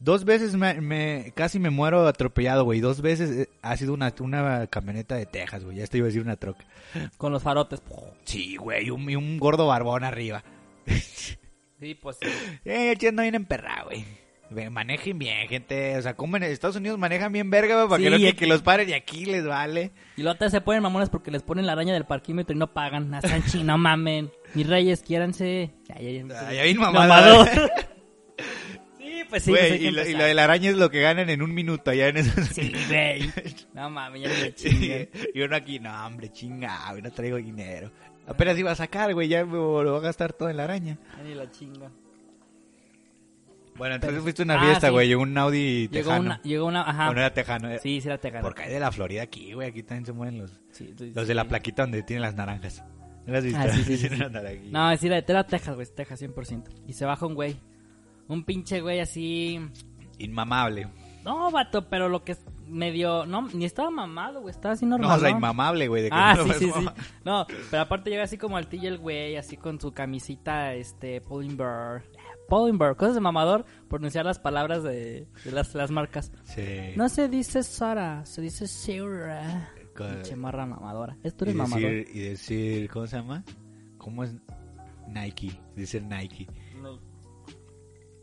Dos veces me, me- casi me muero atropellado, güey. Dos veces eh, ha sido una, una camioneta de Texas, güey. Ya te iba a decir una troca. Con los farotes. Sí, güey, un, y un gordo barbón arriba. Sí, pues. Eh, el no viene emperrado, güey. Ve, Manejen bien, gente. O sea, como en Estados Unidos manejan bien verga, güey, para Sí, que, no, que, aquí- que los paren y aquí les vale. Y luego hasta se ponen mamones porque les ponen la araña del parquímetro y no pagan. A Sanchi, no mamen. Mis reyes, quiéranse. Ya, ya, ya. Ah, ya bien mamado. Mamador. sí, pues sí. Güey, pues hay que y, lo, y empezar. lo de la araña es lo que ganan en un minuto allá en esos... Sí, güey. No mames, ya me chingué. y uno aquí, no, hombre, chinga, hoy no traigo dinero. Ah. Apenas iba a sacar, güey, ya me lo va a gastar todo en la araña. Ya ni la chinga. Bueno, entonces entonces fuiste a Ah, una fiesta, sí. güey, llegó un Audi Llegó tejano. una, llegó una, ajá. O no era tejano, eh, Sí, sí la tejana. porque hay de la Florida aquí, güey, aquí también se mueven los, Sí, sí, los de la sí. plaquita donde tienen las naranjas. ¿No las viste? Ah, sí, sí, sí, Tienen sí. las naranjillas. No, es era, era Texas, güey, Texas 100%. Y se baja un güey. Un pinche güey así. Inmamable. No, vato, pero lo que es medio. No, ni estaba mamado, güey, estaba así normal. No, o sea, ¿no? inmamable, güey. de que Ah, no sí, ves sí, sí. mamá. No, pero aparte llega así como al tilla el güey, así con su camisita, este, Pauline Bear. Pauline Bear, cosas de mamador, pronunciar las palabras de, de las, las marcas. Sí. No se dice Sara, se dice Sarah. Co- Pinche marra mamadora. Es tú y eres mamador. decir, y decir, ¿cómo se llama? ¿Cómo es Nike? Decir Nike.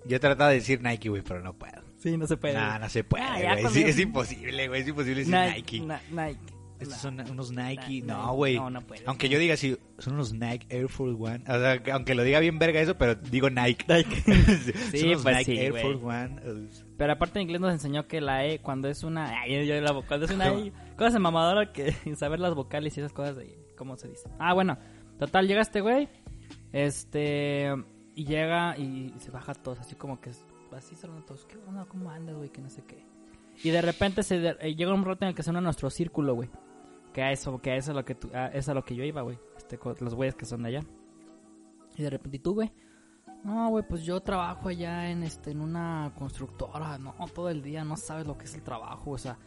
Yo he tratado de decir Nike, güey, pero no puedo. Sí, no se puede. Nah, no se puede, Ah, ya güey. con Sí, eso. es imposible, güey. Es imposible decir Nike, Nike. Na- Nike. estos Nah. son unos Nike. Nah, no, Nike. güey. No, no puede. aunque yo diga si son unos Nike Air Force One. O sea, que- aunque lo diga bien verga eso, pero digo Nike. Sí, son unos pues Nike sí, Air güey. Force One. eh, Pero aparte en inglés nos enseñó que la E cuando es una... Ay, yo la- cuando es una E... Cosas de mamadora que saber las vocales y esas cosas de... ¿Cómo se dice? Ah, bueno. Total, llega este güey. Este... Y llega y se baja todos. Así como que... es- Así se todos. ¿Qué onda? ¿Cómo andas, güey? Que no sé qué. Y de repente se de- eh, llega un rato en el que se une a nuestro círculo, güey. Que a eso, que a eso es lo que, tú- a eso es lo que yo iba, güey. Este, con los güeyes que son de allá. Y de repente, ¿y tú, güey? No, güey, pues yo trabajo allá en este en una constructora, no, todo el día, no sabes lo que es el trabajo, o sea,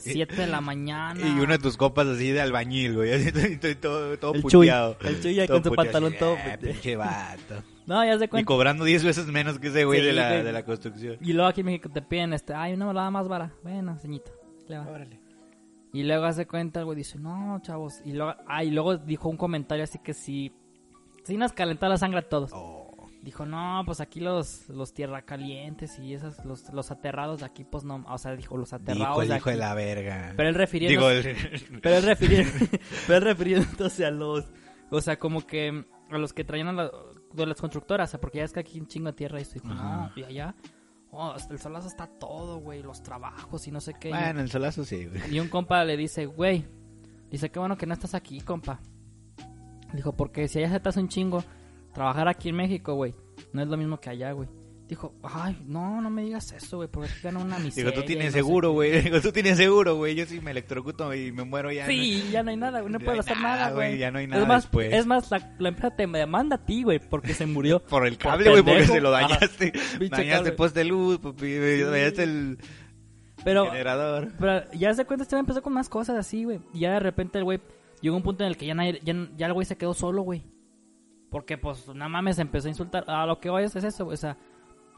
7 de la mañana. Y uno de tus copas así de albañil, güey. Así estoy, estoy todo, todo El puteado. Chuy, el Chuy ya Todo con su puteado, pantalón así, todo "Ah, puteado". pinche vato. No, ya se Y cuenta. cobrando 10 veces menos que ese güey Sí, de, la, güey. de la construcción. Y luego aquí en México te piden este, ay, una balada más vara. Bueno, ceñito. le va. Y luego hace cuenta, el güey dice, no, chavos. Y luego, ah, y luego dijo un comentario así que sí, sí nos calentó la sangre a todos. Oh, Dijo, no, pues aquí los, los tierra calientes y esas, los, los aterrados de aquí, pues no, o sea, dijo, los aterrados dijo el de hijo de aquí. la verga. Pero él refiriendo Digo, el- Pero es refiriendo, pero es refiriéndose a los, o sea, como que a los que traían a la- de las constructoras, o sea, porque ya es que aquí un chingo de tierra y estoy como, Ajá. no, y allá, oh, hasta el solazo está todo, güey, los trabajos y no sé qué. Y- bueno, el solazo sí, güey. Y un compa le dice, güey, dice, qué bueno que no estás aquí, compa. Dijo, porque si allá se te hace un chingo, trabajar aquí en México, güey, no es lo mismo que allá, güey. Dijo, ay, no, no me digas eso, güey, porque aquí gana una miseria. Digo, tú y no tienes sé seguro, güey. Digo, tú tienes seguro, güey. Yo sí me electrocuto y me muero ya. Sí, ya no hay nada, güey. No Ya puedo hay hacer nada, nada, güey, güey. ya no hay nada es más, después. Es más, la, la empresa te demanda a ti, güey, porque se murió. Por el cable, güey, porque pendejo. se lo Ajá. dañaste. Pinche Dañaste cable. el poste de luz, papi, dañaste el Pero, generador. pero ya se cuenta, este güey empezó con más cosas así, güey. Y ya de repente el güey llegó a un punto en el que ya, nadie- ya, ya el güey se quedó solo, güey. Porque, pues, no mames, empezó a insultar. A lo que voy es es eso, güey. O sea,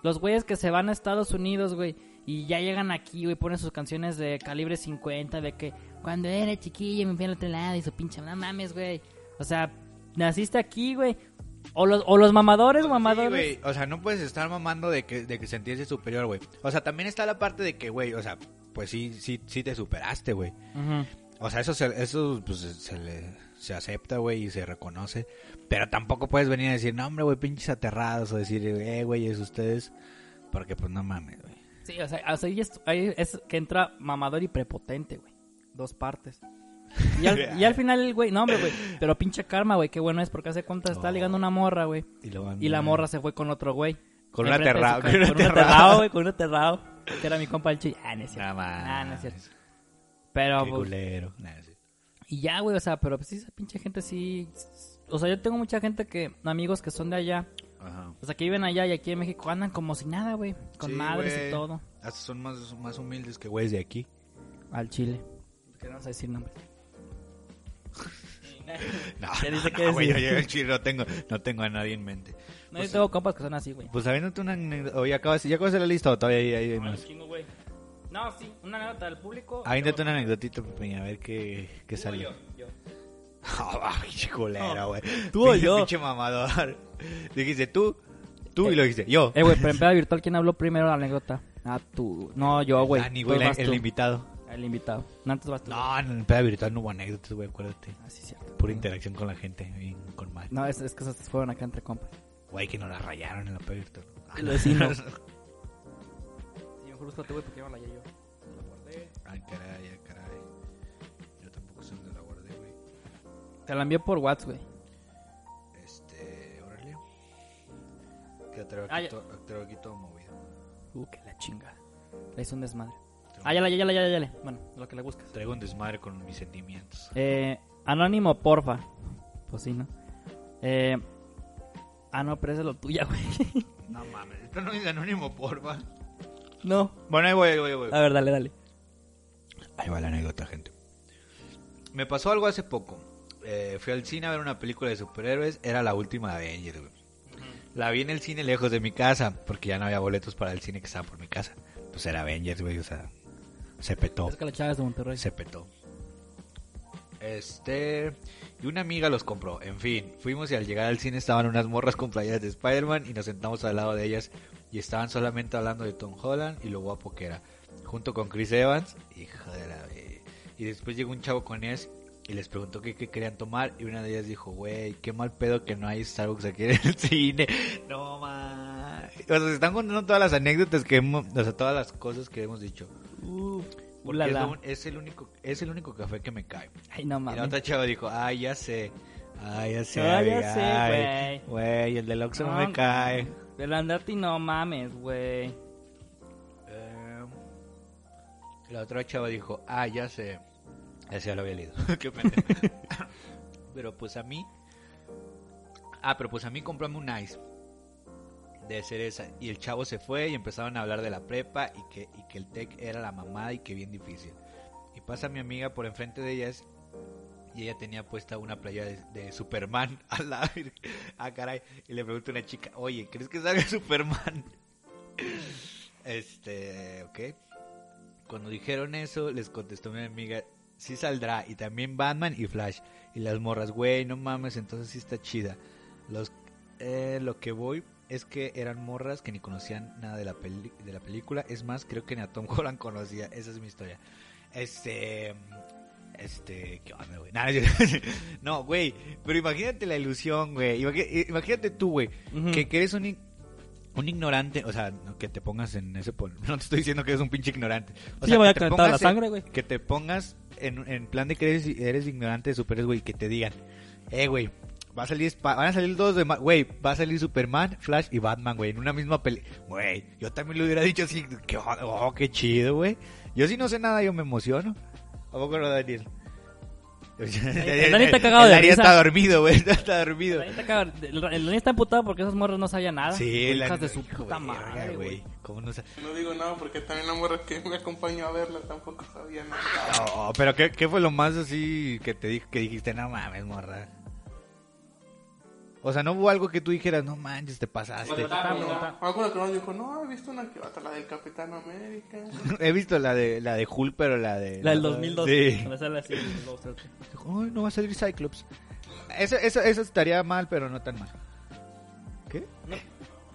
los güeyes que se van a Estados Unidos, güey, y ya llegan aquí, güey, ponen sus canciones de calibre 50, de que cuando era chiquillo me fui al otro lado y su pinche, no mames, güey. O sea, naciste aquí, güey. O los, o los mamadores, Sí, mamadores. güey, o sea, no puedes estar mamando de que, de que sentirse superior, güey. O sea, también está la parte de que, güey, o sea, pues sí, sí, sí te superaste, güey. Ujú. O sea, eso, se, eso pues, se, le, se acepta, güey, y se reconoce. Pero tampoco puedes venir a decir, no, hombre, güey, pinches aterrados. O decir, eh, güey, es ustedes. Porque, pues, no mames, güey. Sí, o sea, o sea, ahí es, ahí es que entra mamador y prepotente, güey. Dos partes. Y al, y al final el güey, no, hombre, güey. Pero pinche karma, güey, qué bueno es, porque hace cuenta está Oh. ligando una morra, güey. Y, lo van- Y la morra se fue con otro güey. Mm. Con un Enfrente de su aterrado, ca- con un Con un aterrado, aterrado. güey, con un aterrado. Que era mi compa el chi. Ah, no es cierto. No mames. Ah, no es cierto. Pero, Qué pues, culero. Nah, sí. y ya, güey, o sea, pero pues sí, esa pinche gente sí. O sea, yo tengo mucha gente que, amigos que son de allá, Ajá. o sea, que viven allá y aquí en México andan como si nada, güey. Con Sí, madres güey. y todo. Hasta son más, más humildes que güeyes de aquí. Al Chile. Que no vamos a decir nombres. No, Ya no, dice no, qué güey, yo, decir. yo- sí, no tengo, no tengo a nadie en mente. No, yo tengo compas que son así, güey. Pues sabiéndote una anécdota, oye, acabas, ¿ya acabas la lista o todavía hay, hay, hay Ay, más? chingo, güey. No, sí, una anécdota del público. Avéntate una anecdotita, Pepe, a ver qué, qué Tú o salió. yo, yo. Ah, pinche culera, No, güey. tú o Pinche- yo. Pinche mamador. Dijiste tú, tú y lo dijiste yo. Eh, güey, pero en peda virtual, ¿quién habló primero la anécdota? Ah, tú. No, yo, güey. Dani, güey, Entonces la- vas el tú. invitado. El invitado. No, antes vas tú. No, en el peda virtual no hubo anécdotas, güey, acuérdate. Ah, sí, cierto. Pura interacción con la gente, bien con madre. No, es, es que esas fueron acá entre compas. Güey, que nos la rayaron en la peda virtual. Lo decimos. Y mejor búscate, güey, porque yo no la yo. La guardé. Ay, caray, ay, caray. Yo tampoco sé dónde la guardé, güey. Te la envié por WhatsApp, güey. Este, órale. Que traigo Ah, aquí, ya. todo, traigo aquí todo movido. Uh, que la chinga. La hizo un desmadre. Ah, ya la, ya la, ya la, ya la. Bueno, lo que le buscas. Traigo un desmadre con mis sentimientos. Eh, anónimo, porfa. Pues sí, ¿no? Eh, ah, no, pero esa es lo tuya, güey. No mames, esto no es anónimo, porfa. no. Bueno, ahí voy, ahí voy, ahí voy. A ver, dale, dale. Ahí va la anécdota, gente. Me pasó algo hace poco. Eh, fui al cine a ver una película de superhéroes. Era la última de Avengers, güey. La vi en el cine lejos de mi casa, porque ya no había boletos para el cine que estaba por mi casa. Pues era Avengers, güey, o sea, se petó. Es que la chava es de Monterrey. Se petó. Este. Y una amiga los compró. En fin, fuimos y al llegar al cine estaban unas morras con playeras de Spider-Man y nos sentamos al lado de ellas. Y estaban solamente hablando de Tom Holland y lo guapo que era. Junto con Chris Evans. Hijo de la. ve- Y después llegó un chavo con ellas y les preguntó qué, qué querían tomar. Y una de ellas dijo, güey, qué mal pedo que no hay Starbucks aquí en el cine. No, ma. O sea, se están contando todas las anécdotas que hemos, o sea, todas las cosas que hemos dicho. Uh, Porque es, lo un- es el único, es el único café que me cae. Ay, no Y la mames. otra chava dijo, ay, ya sé. Ay, ya sé. Ay, ya Abby, sé, ay, Güey, el del Oxxo no No, me cae. Del andati no mames, güey. Eh, la otra chava dijo, ah, ya sé. Ese ya lo había leído. Qué pendejo. pero pues a mí... Ah, pero pues a mí comprame un ice de cereza. Y el chavo se fue y empezaron a hablar de la prepa y que, y que el tech era la mamada y que bien difícil. Y pasa mi amiga por enfrente de ellas y ella tenía puesta una playa de, de Superman a la... Ah, caray. Y le pregunta a una chica, oye, ¿crees que salga Superman? Este, ok. Cuando dijeron eso, les contestó mi amiga, sí saldrá, y también Batman y Flash. Y las morras, güey, no mames, entonces sí está chida. Los, eh, lo que voy es que eran morras que ni conocían nada de la, peli- de la película. Es más, creo que ni a Tom Holland conocía. Esa es mi historia. Este... Este, ¿qué onda, güey? Nada, yo- no, güey, pero imagínate la ilusión, güey. Imagi- Imagínate tú, güey, Ujú. que, que eres un, i- un ignorante, o sea, no que te pongas en ese pol- No te estoy diciendo que eres un pinche ignorante. O Sí, ya me sea, que había te calentado la pongas en- sangre, güey. Que te pongas en, en plan de que eres, eres ignorante de superhéroes, güey, que te digan, eh, güey, va a salir, Spa- van a salir dos de, ma- güey, va a salir Superman, Flash y Batman, güey, en una misma pelea. Güey, yo también lo hubiera dicho así, qué, on- oh, qué chido, güey. Yo si no sé nada, yo me emociono. ¿A poco no, Daniel? el Dani está cagado El de Dani risa. está dormido, güey, está dormido. El Lenin está emputado porque esos morros no sabían nada. Sí, Hijas la de su hijo puta de verga, madre, güey. ¿Cómo no sa- No digo nada porque también la morra que me acompañó a verla tampoco sabía nada. No, Oh, pero ¿qué, qué fue lo más así que te dije que dijiste, no mames, morra? O sea, no hubo algo que tú dijeras, no manches, te pasaste. Bueno, Está, Claro, Ah, no. está. Me acuerdo que uno dijo, no, he visto una que va la del Capitán América. He visto la de la de Hulk, pero la de La del 2002. Sí. cuando sale así, el Ghostbuster. Dijo, "Ay, no va a salir Cyclops. Eso, eso, eso estaría mal, pero no tan mal. ¿Qué?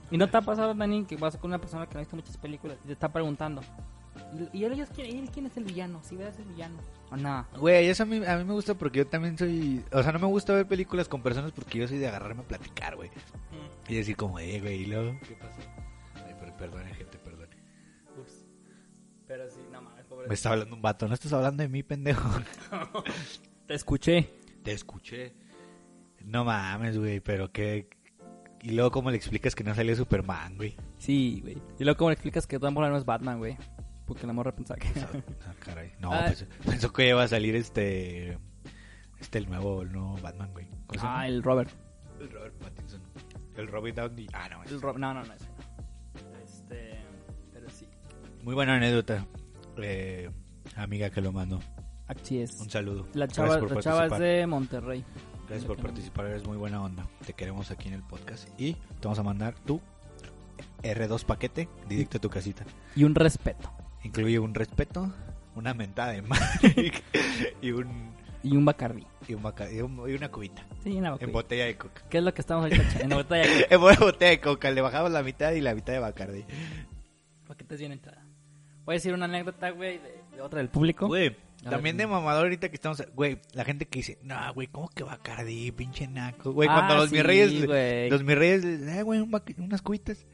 ¿Y no te ha pasado, Dani, que vas con una persona que no ha visto muchas películas y te está preguntando? ¿Y y él, ellos quién, él quién es el villano? ¿Si verás el villano? ¿O no? Güey, eso a mí, a mí me gusta porque yo también soy... O sea, no me gusta ver películas con personas porque yo soy de agarrarme a platicar, güey. Y decir como, eh, güey, ¿y luego? ¿Qué pasó? Ay, per- perdone, gente, perdone. Ups. Pero sí, no mames, pobre. Me está hablando un vato, no estás hablando de mí, pendejo. Te escuché. Te escuché. No mames, güey, pero qué... Y luego, ¿cómo le explicas que no salió Superman, güey? Sí, güey. Y luego, ¿cómo le explicas que Dumbledore no es Batman, güey? Porque la morra pensaba que. Ah, caray. No, Ah. pues, pensó que iba a salir este... Este, el nuevo, el nuevo Batman, güey. ¿Cómo se llama? ah, el Robert. el... Robert Pattinson. El Robert Downey. Ah, no. es- El Ro- No, no, no, ese no. Este. Pero sí. Muy buena anécdota. Eh, amiga que lo mandó. Aquí es. Un saludo. La Gracias chava, por la chava es participar. de Monterrey. Gracias por participar, eres muy buena onda. Te queremos aquí en el podcast y te vamos a mandar tu R2 paquete directo a tu casita. Y un respeto. Incluye un respeto, una mentada de madre y un, Y un Bacardi. y un baca- y un- y una cubita Sí, una en Bacardi. botella de coca. ¿Qué es lo que estamos ahorita echando? en la botella? En una botella de coca, le bajamos la mitad y la mitad de Bacardi. Paquetes bien entrada. Voy a decir una anécdota, güey, de, de otra del público. Güey, A también ver, de mamador ahorita que estamos, güey, la gente que dice, no, güey, ¿cómo que Bacardi, pinche naco? Güey, cuando Ah, los sí, mis reyes, güey. los mis reyes, eh, güey, un bac- unas cubitas.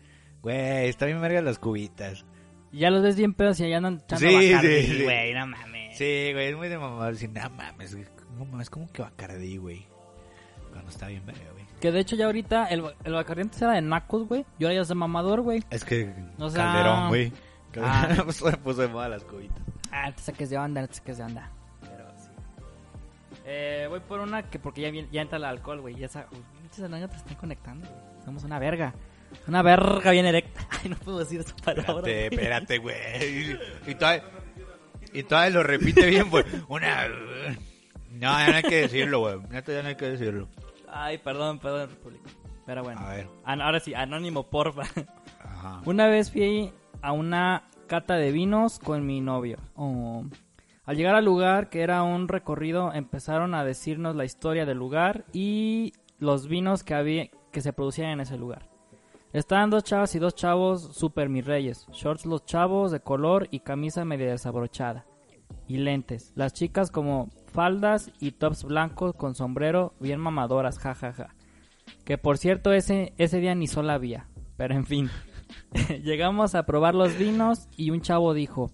Güey, está bien verga las cubitas. Y Ya los ves bien pedos y allá andan echando Sí, Bacardi, sí, sí. güey, no mames. Sí, güey, es muy de mamador decir, no mames, güey, no mames, ¿cómo que Bacardi, güey? Cuando está bien verga, güey. Que de hecho ya ahorita el, ba- el Bacardi antes era de nacos, güey. Y ahora ya es de mamador, güey. Es que O sea- Calderón, güey. Ah. Calderón pues, le puso de moda las cubitas. Ah, te saques de onda, no te saques de onda. Pero sí. Eh, voy por una que porque ya, viene- ya entra el alcohol, güey. Ya sabes, muchas anécdotas están conectando, güey. Somos una verga. Una verga bien erecta. Ay, no puedo decir esa palabra. Espérate, güey. espérate, güey. Y todavía, y todavía lo repite bien, güey. Una... No, ya no hay que decirlo, güey. Neta, ya no hay que decirlo. Ay, perdón, perdón, público. Pero bueno. A ver. An- ahora sí, anónimo, porfa. Ajá. Una vez fui a una cata de vinos con mi novio. Oh. Al llegar al lugar, que era un recorrido, empezaron a decirnos la historia del lugar y los vinos que, había, que se producían en ese lugar. Estaban dos chavas y dos chavos super mis reyes. Shorts los chavos de color y camisa media desabrochada. y lentes. Las chicas como faldas y tops blancos con sombrero bien mamadoras, jajaja. Que por cierto, ese, ese día ni sol había. Pero en fin. Llegamos a probar los vinos y un chavo dijo: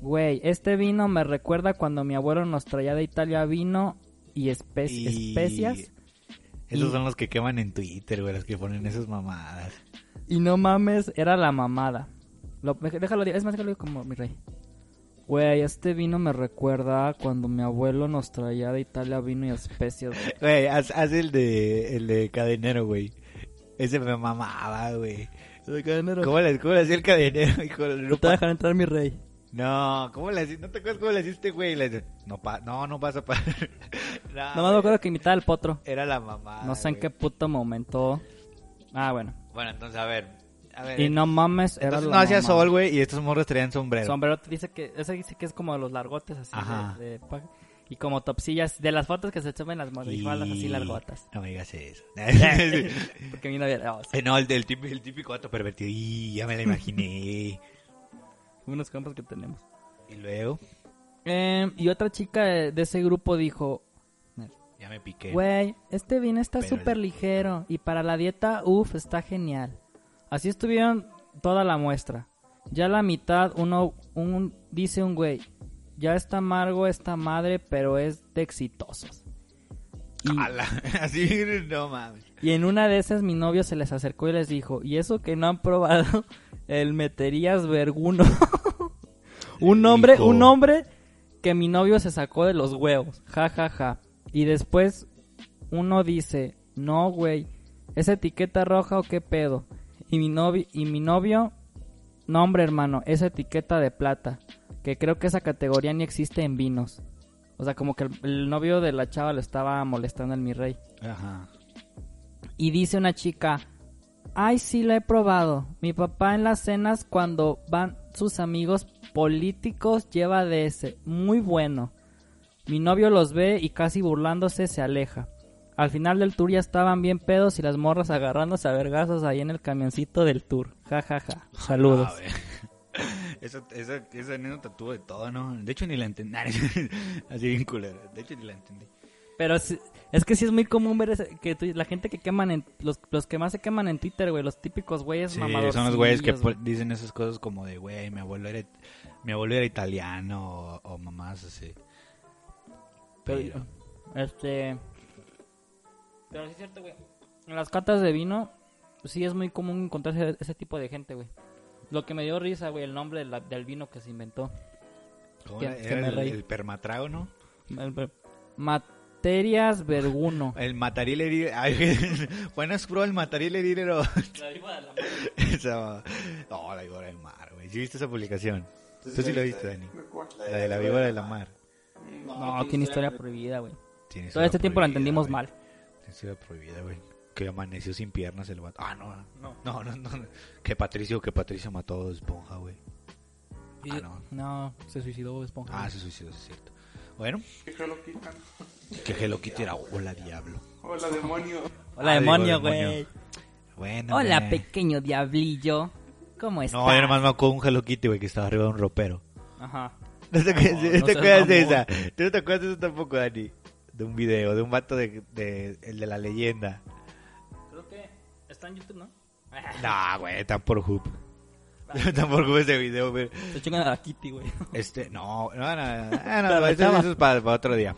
Güey, este vino me recuerda cuando mi abuelo nos traía de Italia vino y, espe- Y- especias. Esos Y- son los que queman en Twitter, güey, los que ponen esas mamadas. Y no mames, era la mamada. Lo, déjalo, es más, déjalo como mi rey. Güey, este vino me recuerda cuando mi abuelo nos traía de Italia vino y especias. güey. Güey, haz, haz el de el de cadenero, güey. Ese me mamaba, güey. ¿Cómo le, cómo le hacía el cadenero? hijo? No No, te pa- dejan entrar, mi rey. no, ¿cómo le hacía? ¿No te acuerdas cómo le hiciste, güey? Le hacía, no, pa- no, no vas a parar. Nada más me acuerdo que imitaba al potro. Era la mamada. No sé en güey. qué puto momento. Ah, bueno. Bueno, entonces, a ver. A ver. eh, Y no mames, era entonces la no hacía mamá. sol, güey, y estos morros traían sombrero. Sombrero te dice que ese dice que es como de los largotes así Ajá. de, de pa- y como topsillas de las fotos que se echan en las morrifalas así Y- largotas. No me digas eso. Porque mi novia, oh, sí. Eh, no, el, del típico, el típico vato pervertido. Y ya me la imaginé. unos compas que tenemos. y luego, Eh, y otra chica de de ese grupo dijo, ya me piqué. güey, este vino está Pero el- súper ligero y para la dieta, uff, está genial. Así estuvieron toda la muestra. Ya la mitad, uno un, dice un güey, ya está amargo esta madre, pero es de exitosos. Y- Ala, Así, no mames. Y en una de esas mi novio se les acercó y les dijo, y eso que no han probado el meterías verguno. un nombre, Hijo. un nombre que mi novio se sacó de los huevos. Ja, ja, ja. Y después uno dice, no, güey, ¿es etiqueta roja o qué pedo? Y mi novio, y mi novio, no hombre hermano, es etiqueta de plata, que creo que esa categoría ni existe en vinos. O sea, como que el, el novio de la chava lo estaba molestando al mi rey. Ajá. Y dice una chica, ay, sí la he probado. Mi papá en las cenas cuando van sus amigos políticos lleva de ese. Muy bueno. Mi novio los ve y casi burlándose se aleja. Al final del tour ya estaban bien pedos y las morras agarrándose a vergazos ahí en el camioncito del tour. Ja, ja, ja. Saludos. A ver. Esa, esa, esa anécdota tuvo de todo, ¿no? De hecho, ni la entendí. Así bien culera. De hecho, ni la entendí. Pero sí- es que sí es muy común ver ese- que tú- la gente que queman en... Los, los que más se queman en Twitter, güey. Los típicos güeyes Sí, mamadores. son los güeyes que po- dicen esas cosas como de, güey, mi abuelo era, mi abuelo era italiano o, o mamás así. Pero, Pero, este. Pero sí es cierto, güey. En las catas de vino, sí es muy común encontrarse ese tipo de gente, güey. Lo que me dio risa, güey, el nombre de la- del vino que se inventó. ¿cómo que- era? que Era me el, reí. el permatrago, ¿no? Materias Verguno. El mataril herir. Ay, Buenas, bro, el mataril herirero. Esa. No, la víbora del mar, güey. ¿Sí viste esa publicación? Tú sí lo viste, Dani. ¿De cuál? La de la víbora de la mar. No, tiene historia prohibida, güey. Tienes Todo una este tiempo la prohibida, entendimos güey. mal. Tienes una prohibida, güey. Que amaneció sin piernas el vato. Ah, no. No, no, no. no. Que Patricio, que Patricio mató a Esponja, güey. Ah, no. No, se suicidó Bob Esponja. Ah, se suicidó, sí es cierto. Bueno, Que se lo quitan. que Hello Kitty era hola, diablo. Hola, demonio. Hola, Ah, demonio, digo, demonio. güey. Bueno, Hola, güey. pequeño diablillo. ¿Cómo estás? No, yo nomás me acuerdo de un Hello Kitty, güey, que estaba arriba de un ropero. Ajá. No te, acuerdas- no no te seas acuerdas de mamón. esa. Tú no te acuerdas de eso tampoco, Dani. De un video, de un vato de, de- el de la leyenda. Creo que está en YouTube, ¿no? No, güey, está por Hoop. Está por Hoop ese video, güey. Se chingan a la Kitty, güey. Este, no, no, no, no, no, La no, eso, rechaba. eso es para, para otro día.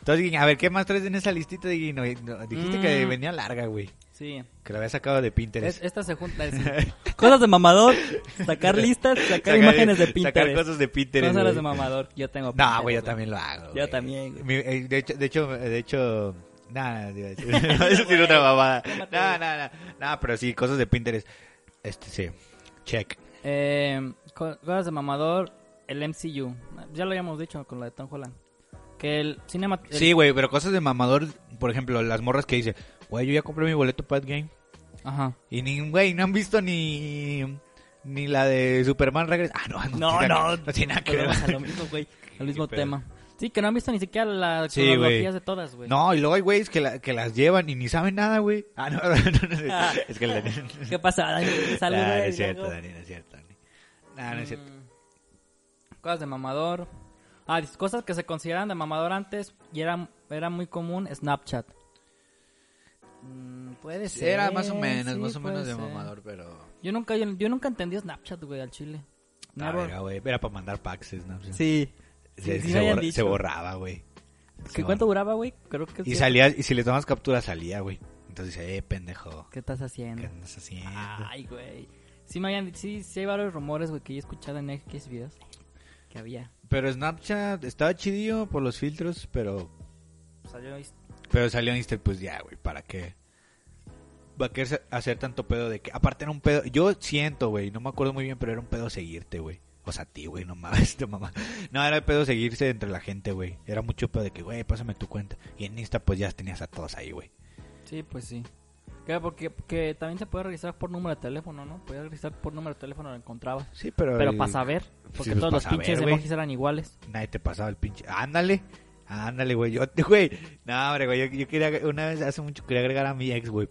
Entonces, Guiño, a ver, ¿qué más traes en esa listita de Guino? No, Dijiste que Mm. venía larga, güey. Sí. Que la había sacado de Es- Pinterest. esta se junta. es- cosas de mamador, sacar listas, sacar, imágenes de Pinterest. Sacar cosas de Pinterest. Cosas de güey. mamador. Yo tengo. No, güey, yo Pinterest, también lo hago. pues, Yo güey. también, güey. Mi- eh, de hecho, de hecho, de hecho, nada, no, eso tiene una babada. No, no, no, no, pero sí, cosas de Pinterest. Este sí, check. Eh, co- cosas de mamador, el MCU. Ya lo habíamos dicho con la de Tom Holland. Que el cinema. el- Sí, güey, pero cosas de mamador, por ejemplo, las morras que dice, güey, yo ya compré mi boleto para el game Ajá. y ni, güey, no han visto ni ni la de Superman regresa. Ah, no, no, No, tiene nada- no, no tiene nada que ver. Volvemos a lo mismo, güey. Al mismo Ah, pedo. tema. Sí, que no han visto ni siquiera las Sí, cronologías güey. de todas, güey. No, y luego hay güeyes que, la- que las llevan y ni saben nada, güey. Ah, no, no, no, no, Ah. es que la- ¿Qué pasa, Dani? Saludos. Nah, no y Ah, es cierto, luego- Ah, Dani, no es cierto, Dani. Nah, no es cierto. Mm. Cosas de mamador. Ah, dis- cosas que se consideraban de mamador antes y era, era muy común Snapchat. Mm, puede ser. Era ah, más o menos, sí, más o puede menos de ser. mamador, pero... Yo nunca, yo, yo nunca entendí Snapchat, güey, al chile. Ah, Never. Era, güey, era para mandar packs, Snapchat. Sí. Se, Sí, sí se me habían borra- dicho. se borraba, güey. ¿Qué cuánto duraba, güey? Creo que... Y sí. salía, y si le tomas captura salía, güey. Entonces dice, eh, pendejo, ¿Qué estás haciendo? ¿qué andas haciendo? Ay, güey. Sí, me habían- sí, sí hay varios rumores, güey, que yo he escuchado en X videos. Que había. Pero Snapchat estaba chidillo por los filtros, pero O sea, yo hice- pero salió Insta, y pues ya, güey, ¿para qué? ¿Para qué hacer- hacer tanto pedo de que? Aparte era un pedo, yo siento, güey, no me acuerdo muy bien, pero era un pedo seguirte, güey. O sea, a ti, güey, no mames, te mamá. No, era el pedo seguirse entre la gente, güey. Era mucho pedo de que, güey, pásame tu cuenta. Y en Insta, pues ya tenías a todos ahí, güey. Sí, pues sí. Claro, porque, porque también se puede registrar por número de teléfono, ¿no? Podías registrar por número de teléfono, lo encontrabas. Sí, pero... Pero el- para saber, sí, porque todos pues, pa' los pinches saber, güey. emojis eran iguales. Nadie te pasaba el pinche. Ándale. Ándale, güey. Yo, güey. No, hombre, güey. Yo, yo quería, una vez hace mucho, quería agregar a mi ex, güey.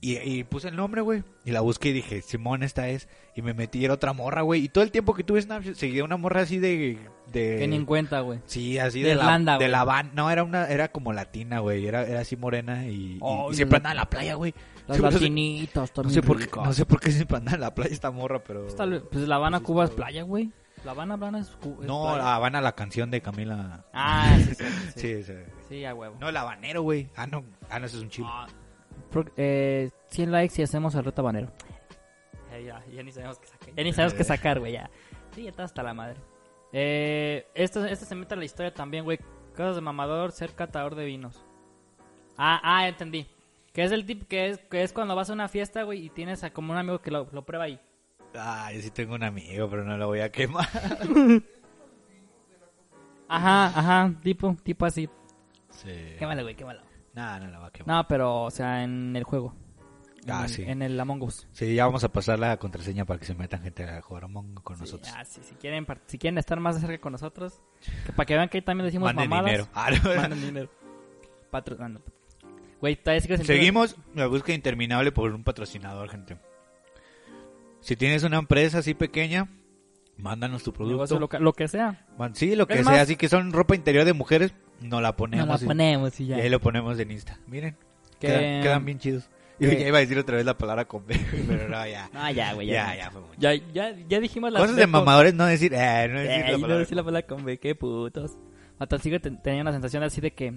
Y, y puse el nombre, güey. Y la busqué y dije, Simón, esta es. Y me metí, era otra morra, güey. Y todo el tiempo que tuve Snapchat, seguía una morra así de. de Que ni en cuenta, güey. Sí, así de de, la, Irlanda, de güey. la van. No, era una, era como latina, güey. Era, era así morena y, y- Oh, y siempre la- andaba en la playa, güey. Los Sí, no sé- latinitos, No también. sé, por qué, no sé por qué siempre andaba en la playa esta morra, pero. Pues La Habana, Cuba es playa, güey. La Habana, Habana es Cuba. No, la Habana, la canción de Camila. Ah, sí, sí. Sí, sí. sí. sí. a huevo. No, el habanero, güey. Ah, no. Ah, no, eso es un chile. Ah, pro- eh, 100 likes y hacemos el reto habanero. Ya, Eh, ya, ya ni sabemos qué sacar. Ya ni sabemos Eh. qué sacar, güey, ya. Sí, ya está hasta la madre. Eh, esto, esto se mete en la historia también, güey. Cosas de mamador, ser catador de vinos. Ah, ah, entendí. Que es el tip que es, que es cuando vas a una fiesta, güey, y tienes a como un amigo que lo, lo prueba ahí. Ah, yo sí tengo un amigo, pero no lo voy a quemar. Ajá, ajá, tipo, tipo así. Sí. Quémalo, güey, quémalo. No, no lo voy a quemar. No, pero, o sea, en el juego. Ah, En- sí. En el Among Us. Sí, ya vamos a pasar la contraseña para que se metan gente a jugar a Mongo con Sí, nosotros. ah, sí, si, quieren, par- si quieren estar más cerca con nosotros, que para que vean que ahí también decimos Manden mamadas. dinero. Ah, no, Manden dinero. Patro- ah, no. Güey, todavía sigo sintiendo- Seguimos la búsqueda interminable por un patrocinador, gente. Si tienes una empresa así pequeña, mándanos tu Negocio producto. loca- lo que sea. Man- sí, lo que Es sea. más- Así que son ropa interior de mujeres, no la Nos ponemos. la y- ponemos y y, ya. ahí lo ponemos en Insta. Miren, Que- quedan, quedan bien chidos. Yo que- ya iba a decir otra vez la palabra con B, pero no, ya. Ah, ya, güey. Ya, Ya, ya fue mucho. Ya, ya, ya dijimos las Cosas de con- mamadores no decir, eh, no decir Eh, la y no palabra. decir la palabra con B, qué putos. Hasta sigo ten- tenía una sensación así de que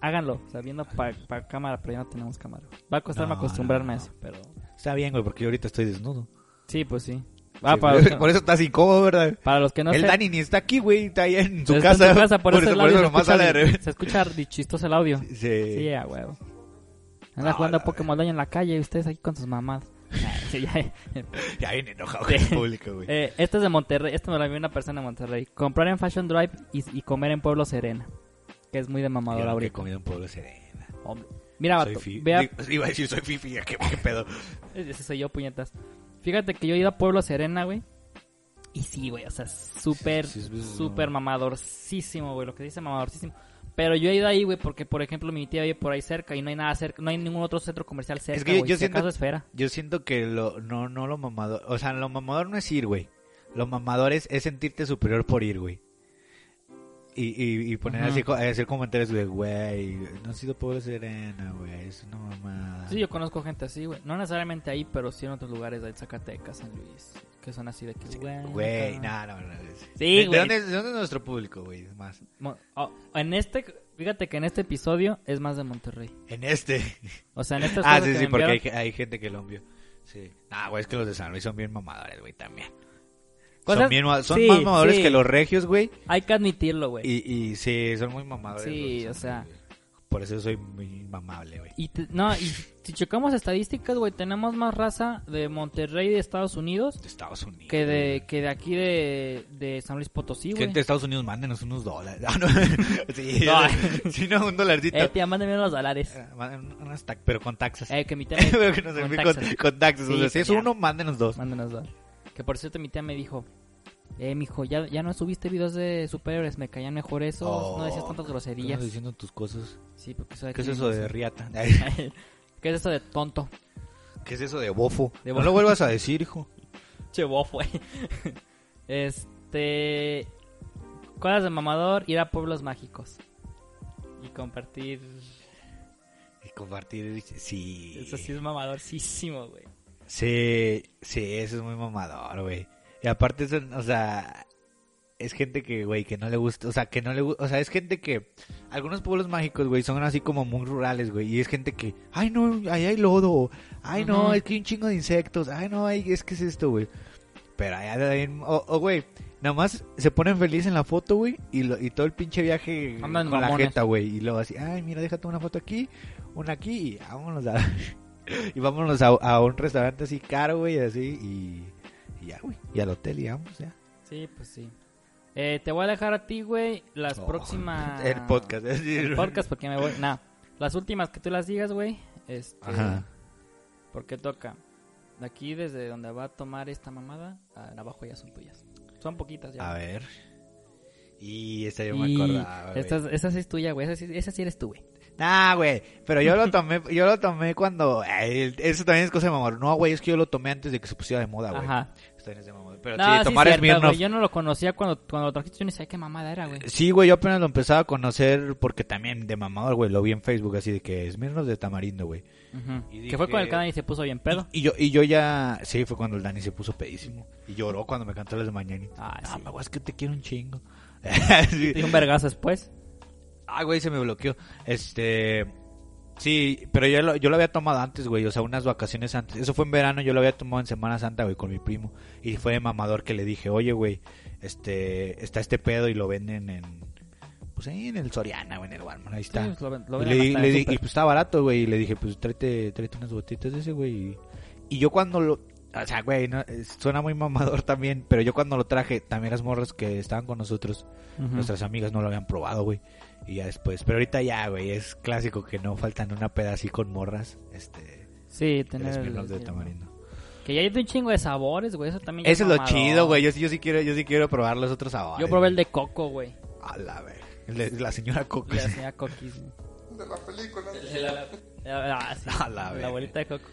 háganlo, sabiendo para cámara, pero ya no tenemos cámara. Va a costarme No, acostumbrarme no, a eso, pero. Está bien, güey, porque yo ahorita estoy desnudo. Sí, pues sí. Ah, Sí, para, güey, los que, Por eso estás incómodo, ¿verdad? para los que no el se- Dani ni está aquí, güey, está ahí en su Está en casa. por, eso, el por audio eso se nomás escucha sale de di- revés. Se escucha di- chistoso el audio. Sí, Sí. a huevo. Anda Ah, jugando la a Pokémon Daño en la calle y ustedes aquí con sus mamás. Sí, ya. Ya viene enojado con el público, güey. Eh, este es de Monterrey. Esto me lo envió una persona de Monterrey. Comprar en Fashion Drive y, y comer en Pueblo Serena. Que es muy de Yo mamador nunca he ahorita. comido en Pueblo Serena. Hombre. Mira, Soy vato. fi- Vea, digo, Iba a decir soy fifi, ¿qué, qué pedo? ese soy yo, puñetas. Fíjate que yo he ido a Pueblo Serena, güey. Y sí, güey, o sea, súper, Sí, sí, sí, sí, súper no. mamadorcísimo, güey, lo que dice mamadorcísimo. Pero yo he ido ahí, güey, porque, por ejemplo, mi tía vive por ahí cerca y no hay nada cerca, no hay ningún otro centro comercial cerca, que yo- güey. yo si siento- acaso esfera. Yo siento que lo, no, no lo mamador, o sea, lo mamador no es ir, güey. Lo mamador es, es sentirte superior por ir, güey. Y, y, y poner Ajá. así, co- hacer comentarios de, güey, no ha sido Pueblo Serena, güey, es una mamada. Sí, yo conozco gente así, güey. No necesariamente ahí, pero sí en otros lugares, en Zacatecas, San Luis, que son así de que, güey. Güey, acá. no, no, no. no. Sí, ¿De- güey. ¿De dónde, de dónde es nuestro público, güey? Es Más. Mo- oh, en este, fíjate que en este episodio es más de Monterrey. En este. O sea, en estas ah, cosas sí, que sí, me porque hay, enviaron- ge- hay gente que lo envió. Sí. Ah, güey, es que los de San Luis son bien mamadores, güey, también. Cosas- Son, bien, ma- son sí, más mamadores sí. que los regios, güey. hay que admitirlo, güey. Y, y sí, son muy mamadores. Sí, los de San o sea. Luis, güey. Por eso soy muy mamable, güey. Y te- no, y si checamos estadísticas, güey, tenemos más raza de Monterrey de Estados Unidos De Estados Unidos. que güey. de que de aquí de, de San Luis Potosí, güey. Eh, Gente de Estados Unidos, mándenos unos dólares. Ah, no. sí, No. sí, no, un dolarcito. Eh, tía, mándame unos dólares. Ah, manden unas tax- pero con taxas. Eh, que mi tía me... Pero que nos con envíen con, taxas. con taxas. o Sí, sea, si es ya. uno, mándenos dos. Mándanos dólares. Que por cierto, mi tía me dijo, eh, mijo, ya, ya no subiste videos de superhéroes, me caían mejor esos, no decías tantas groserías. Estás Oh, diciendo tus cosas. Sí, porque eso de ¿Qué es aquí eso de no riata? sé. ¿Qué es eso de tonto? ¿Qué es eso de bofo? De no bofo. lo vuelvas a decir, hijo. Che, bofo, güey. Es... Este. Cosas de mamador, ir a pueblos mágicos. Y compartir. Y compartir, sí. Eso sí es mamadorcísimo, güey. Sí, sí, eso es muy mamador, güey. Y aparte, eso, o sea, es gente que, güey, que no le gusta, o sea, que no le gusta, o sea, es gente que, algunos pueblos mágicos, güey, son así como muy rurales, güey, y es gente que, ay, no, ahí hay lodo, ay, no, Ujú. es que hay un chingo de insectos, ay, no, ay, es que es esto, güey. Pero allá, en- o, o, güey, nada más se ponen felices en la foto, güey, y, lo- y todo el pinche viaje Andan con la mamones. jeta, güey, y luego así, ay, mira, déjate una foto aquí, una aquí, y vámonos a, y vámonos a, a un restaurante así caro, güey, así, y, y ya, güey, y al hotel, y vamos, ya. Sí, pues sí. Eh, te voy a dejar a ti, güey, las Oh, próximas. El podcast, es decir, El podcast, porque me voy. Nah, las últimas que tú las digas, güey. Este. Ajá. Porque toca. De aquí, desde donde va a tomar esta mamada, a- abajo ya son tuyas. Son poquitas ya. A ver. Y esta yo me Y acordaba. güey. esta, esa sí es tuya, güey. Esa, sí- esa sí eres tú, güey. Nah, güey. Pero yo lo tomé, yo lo tomé cuando. Ay, eso también es cosa de mamón. No, güey, es que yo lo tomé antes de que se pusiera de moda, güey. Ajá. Eso también es de mamón. Pero No, sí, sí, tomar cierto, güey. Smirnoff. Yo no lo conocía cuando, cuando lo trajiste. Yo ni sabía qué mamada era, güey. Sí, güey, yo apenas lo empezaba a conocer porque también de mamador, güey. Lo vi en Facebook así de que Smirnoff de tamarindo, güey. Ujú. Y Que fue dije- con el canal y se puso bien pedo. Y yo, y yo ya. Sí, fue cuando el Dani se puso pedísimo. Y lloró cuando me cantó las de mañana. Ah, Ah, sí. me es que te quiero un chingo. Sí. Y un vergazo después. Ah, güey, se me bloqueó. Este. Sí, pero yo lo, yo lo había tomado antes, güey. O sea, unas vacaciones antes. Eso fue en verano, yo lo había tomado en Semana Santa, güey, con mi primo. Y fue de mamador que le dije, oye, güey, este. Está este pedo y lo venden en. Pues ahí en el Soriana o en el Walmart, ahí está. Sí, pues, lo ven- lo y ven le di- hasta le en di- el súper. y pues estaba barato, güey. Y le dije, pues tráete, tráete unas botitas de ese, güey. Y, y yo cuando lo. O sea, güey, no, es- suena muy mamador también. Pero yo cuando lo traje, también las morras que estaban con nosotros. Ujú. Nuestras amigas no lo habían probado, güey. Y ya después. Pero ahorita ya, güey. Es clásico que no faltan una peda así con morras. Este. Sí, El tener. el- Smirnoff de el- tamarindo. Que ya hay de un chingo de sabores, güey. Eso también. ya Eso es lo mamador. chido, güey. Yo, sí- yo sí quiero, yo sí quiero probar los otros sabores. Yo probé el de coco, güey. güey. A la ver. El de la señora Coco. Le hacía coquis. güey. De la película. Ah, sí. A la verga. abuelita de coco.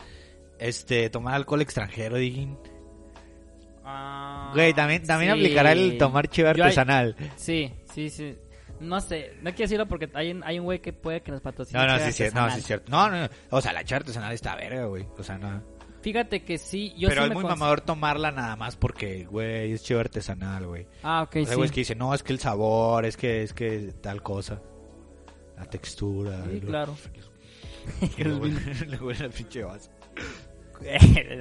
Este, tomar alcohol extranjero, digan. Ah, Güey, también, también sí. aplicará el tomar chiva Yo ahí- artesanal. Sí, sí, sí. No sé, no quiero decirlo porque hay, un- hay un güey que puede que nos patrocine. No, no, sí, sea es cierto, no, artesanal. sí, es cierto. No, no, no. O sea, la chiva artesanal está verga, güey. O sea, no. Fíjate que sí, yo Pero sí es me muy cons- mamador tomarla nada más porque, güey, es chiva artesanal, güey. Ah, ok, O sea, güey, es sí. que dice, no, es que el sabor, es que es que tal cosa. La textura. Sí, lo- claro. y lo huele- lo huele al pinche vaso.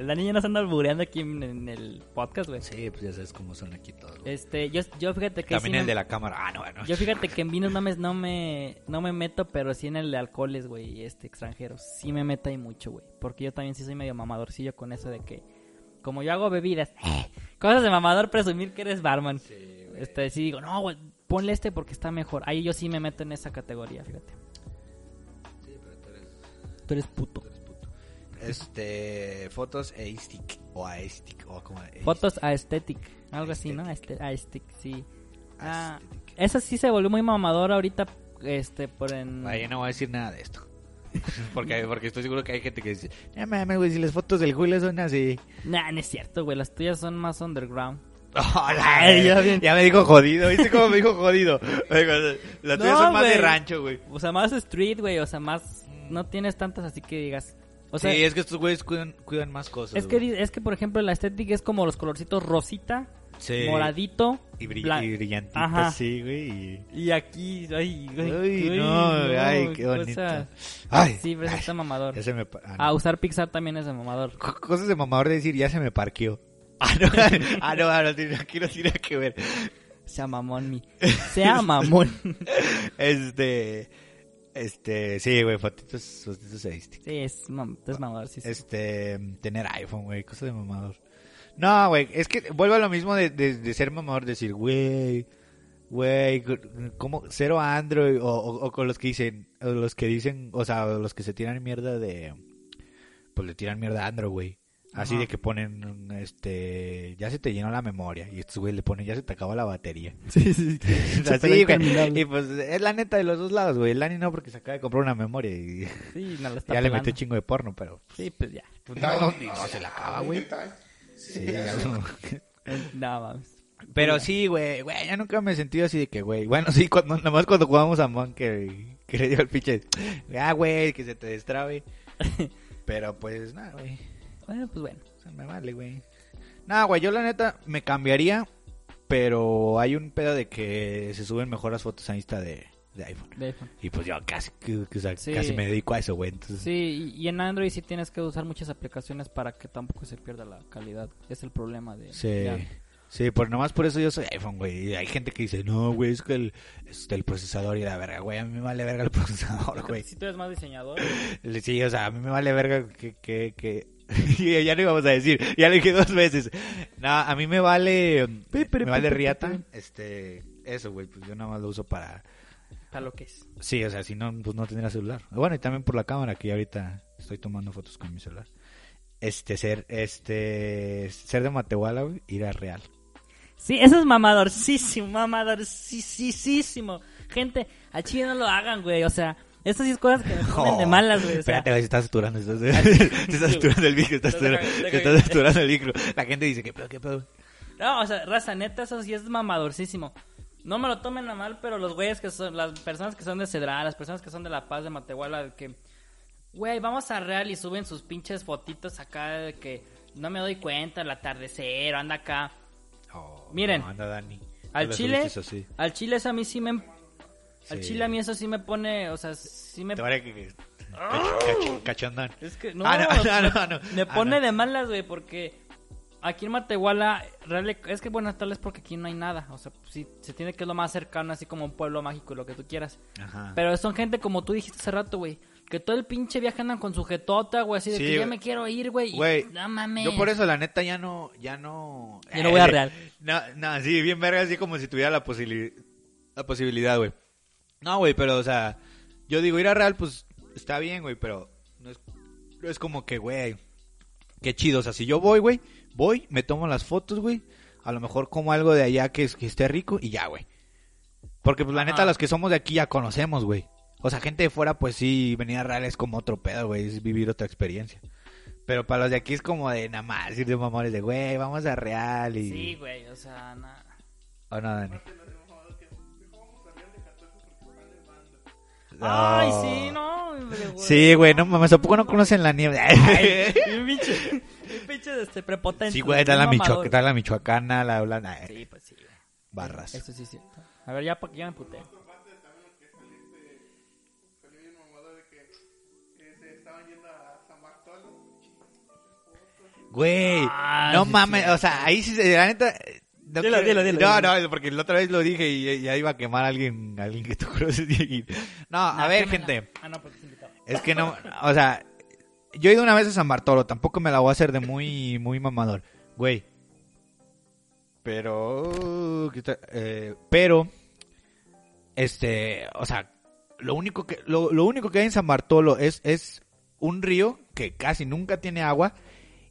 la niña nos anda albureando aquí en, en el podcast, güey. Sí, pues ya sabes cómo son aquí todos. güey. Este, yo, yo fíjate que También sí el me- de la cámara. Ah, no, bueno. Yo fíjate que en vinos no me, no me, no me meto, pero sí en el de alcoholes, güey, y este, extranjeros. Sí me meto ahí mucho, güey. Porque yo también sí soy medio mamadorcillo con eso de que, como yo hago bebidas, cosas de mamador presumir que eres barman. este, sí digo, no, güey, ponle este porque está mejor. Ahí yo sí me meto en esa categoría, fíjate. Tú eres puto. Este. Fotos aestic. O aestic. O como. aesthetic, Fotos aesthetic, algo así, ¿no? Aeste- Aesthetic, sí. Ah, esa sí se volvió muy mamadora ahorita, este, por en... Ay, yo no voy a decir nada de esto. porque, porque estoy seguro que hay gente que dice: No mames, güey, si las fotos del Julio son así. Nah, no es cierto, güey. Las tuyas son más underground. Hola, Ay, ya, ya bien. me dijo jodido, ¿viste cómo me dijo jodido? Me dijo, La tuya No, son más de güey. rancho, güey. O sea, más street, güey. O sea, más. No tienes tantas así que digas. O sea, Mm. sí, es, es que estos güeyes cuidan, cuidan más cosas. que, güey. di- es que, por ejemplo, la estética es como los colorcitos rosita, Sí. moradito. y, brill blan- y brillantitas, Ajá. sí, güey. y- Y aquí, ay, güey. Uy, uy, no, no, ay, qué bonito. cosa. Ay, Sí, pero eso ay, está mamador. ya se me pa- ah, no. Ah, usar Pixar también es de mamador. Co- Cosas de mamador de decir, ya se me parqueó. Ah, no, ah, no, ah, no, no tiene- aquí no tiene nada que ver. Sea mamón, mi. Sea mamón. Este, este, sí, güey, fotitos, fotitos estadísticas. sí, es, mam- es mamador, sí, sí. Este, tener iPhone, güey, cosa de mamador. No, güey, es que vuelvo a lo mismo de, de- de ser mamador, decir, güey, güey, como cero Android, o, o- o con los que dicen, o los que dicen, o sea, los que se tiran mierda de, pues le tiran mierda a Android, güey. Así Ajá. de que ponen, este, ya se te llenó la memoria, y estos güey le ponen, ya se te acaba la batería. Sí, sí. Así, güey. Y pues es la neta de los dos lados, güey. El Lani no porque se acaba de comprar una memoria y Sí, no, la está ya le metió pelando. chingo de porno, pero Sí, pues ya. no, no, no, se la acaba, Ah, güey. Hentai. Sí, ya no. Nada mames. Pero sí, güey, güey, yo nunca me he sentido así de que, güey. Bueno, sí, cuando, nomás cuando jugábamos a Mon que, que le dio el pinche. Ah, güey, que se te destrabe. Pero pues nada, güey. Bueno, pues bueno. O sea, me vale, güey. Nada, güey, yo la neta me cambiaría. Pero hay un pedo de que se suben mejor las fotos a Insta de, de iPhone. de iPhone. Y pues yo casi, que- que- o sea, Sí. casi me dedico a eso, güey. Entonces, Sí, y y en Android sí tienes que usar muchas aplicaciones para que tampoco se pierda la calidad. Es el problema de... Sí. ya. Sí, por nomás por eso yo soy iPhone, güey. Y hay gente que dice, no, güey, es que el, es el procesador y la verga, güey. A mí me vale verga el procesador, güey. Pues, Si tú eres más diseñador, Le- Sí, o sea, a mí me vale verga que... que, que... Y ya no íbamos a decir, ya lo dije dos veces. No, a mí me vale... Me vale riata. Este, eso, güey, pues yo nada más lo uso para... para lo que es. Sí, o sea, si no, pues no tendría celular. Bueno, y también por la cámara, que ahorita estoy tomando fotos con mi celular. Este, ser, este, ser de Matehuala, güey, ir a Real. Sí, eso es mamadorcísimo, mamadorcísimo. Gente, a Chile no lo hagan, güey. O sea, estas sí es cosas que me ponen de Oh, malas, güey. O sea, Espérate, güey, se está saturando. se está- se está saturando el micro. se está Deja- saturando- deja Se que- está saturando el micro. La gente dice, ¿qué pedo, qué pedo? No, o sea, raza neta, eso sí es mamadorcísimo. No me lo tomen a mal, pero los güeyes que son, las personas que son de Cedral, las personas que son de La Paz, de Matehuala, de que, güey, vamos a Real y suben sus pinches fotitos acá de que no me doy cuenta, el atardecer, anda acá. Oh, Miren, no, anda Dani. Al Tú la chile, subiste así. al chile eso a mí sí me, al Sí. chile a mí eso sí me pone, o sea, sí me... Te vale que- que- cach- Cachondón. Es que no, Ah, me- no, no, no, no. me Ah, pone no. de malas, güey, porque aquí en Matehuala, real- es que bueno, tal vez porque aquí no hay nada, o sea, sí, se tiene que ir lo más cercano, así como un pueblo mágico, lo que tú quieras. Ajá. Pero son gente como tú dijiste hace rato, güey, que todo el pinche viaje andan con su jetota, güey, así de Sí, que ya güey. me quiero ir, güey. y- Güey, no mames. Yo por eso, la neta, ya no... Ya no, Ya no voy a Eh, Real. No, no, sí, bien verga, así como si tuviera la, posili- la posibilidad, güey. No, güey, pero, o sea... Yo digo, ir a Real, pues, está bien, güey, pero... No es, no es como que, güey... Qué chido, o sea, si yo voy, güey... Voy, me tomo las fotos, güey... A lo mejor como algo de allá que, es- que esté rico y ya, güey. Porque, pues, la Ajá. neta, los que somos de aquí ya conocemos, güey. O sea, gente de fuera, pues sí, venir a Real es como otro pedo, güey. Es vivir otra experiencia. Pero para los de aquí es como de nada más ir de mamones de, güey, vamos a Real y... Sí, güey, o sea, nada. ¿O no, Dani? Ay, No. sí, no. hombre, Sí, güey, no mames, ¿a poco no conocen la nieve? Ay, bien pinche, bien pinche este, prepotente. sí, güey, está la, bien Michoac- mamador. está la michoacana, la blanda, eh, Sí, pues sí, güey. barras. Eso sí es cierto. A ver, ya, pa- ya me puté. Salió bien mamada de que eh, se estaban yendo a San Bartolo. Güey, Ah, no sí, mames, sí. o sea, ahí sí, se- la neta... eh, No, Dilo, quiero- dilo, dilo, no, dilo. no, porque la otra vez lo dije y y ya iba a quemar a alguien, a alguien que tú conoces. y- y- No, a No, ver, qué mala. gente. Ah, no, porque es invitado. Es que no, o sea, yo he ido una vez a San Bartolo, tampoco me la voy a hacer de muy, muy mamador, güey. Pero, ¿qué tal? Eh, pero, este, o sea, lo único que, lo, lo único que hay en San Bartolo es, es un río que casi nunca tiene agua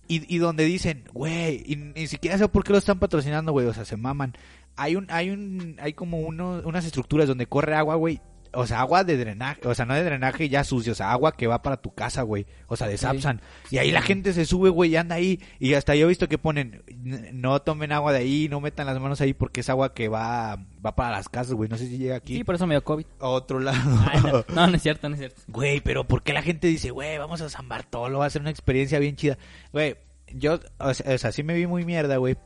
y, y donde dicen, güey, y ni siquiera sé por qué lo están patrocinando, güey, o sea, se maman. Hay un, hay un, hay como uno, unas estructuras donde corre agua, güey, o sea, agua de drenaje, o sea, no de drenaje ya sucio, o sea, agua que va para tu casa, güey, o sea, de Sapsan. Y ahí la gente se sube, güey, y anda ahí, y hasta yo he visto que ponen, "N- no tomen agua de ahí, no metan las manos ahí porque es agua que va, va para las casas, güey, no sé si llega aquí. Sí, por eso me dio COVID. A otro Ay, lado. no. no, no es cierto, no es cierto. Güey, pero ¿por qué la gente dice, güey, vamos a San Bartolo, va a ser una experiencia bien chida? Güey, yo, o sea, o sea, sí me vi muy mierda, güey.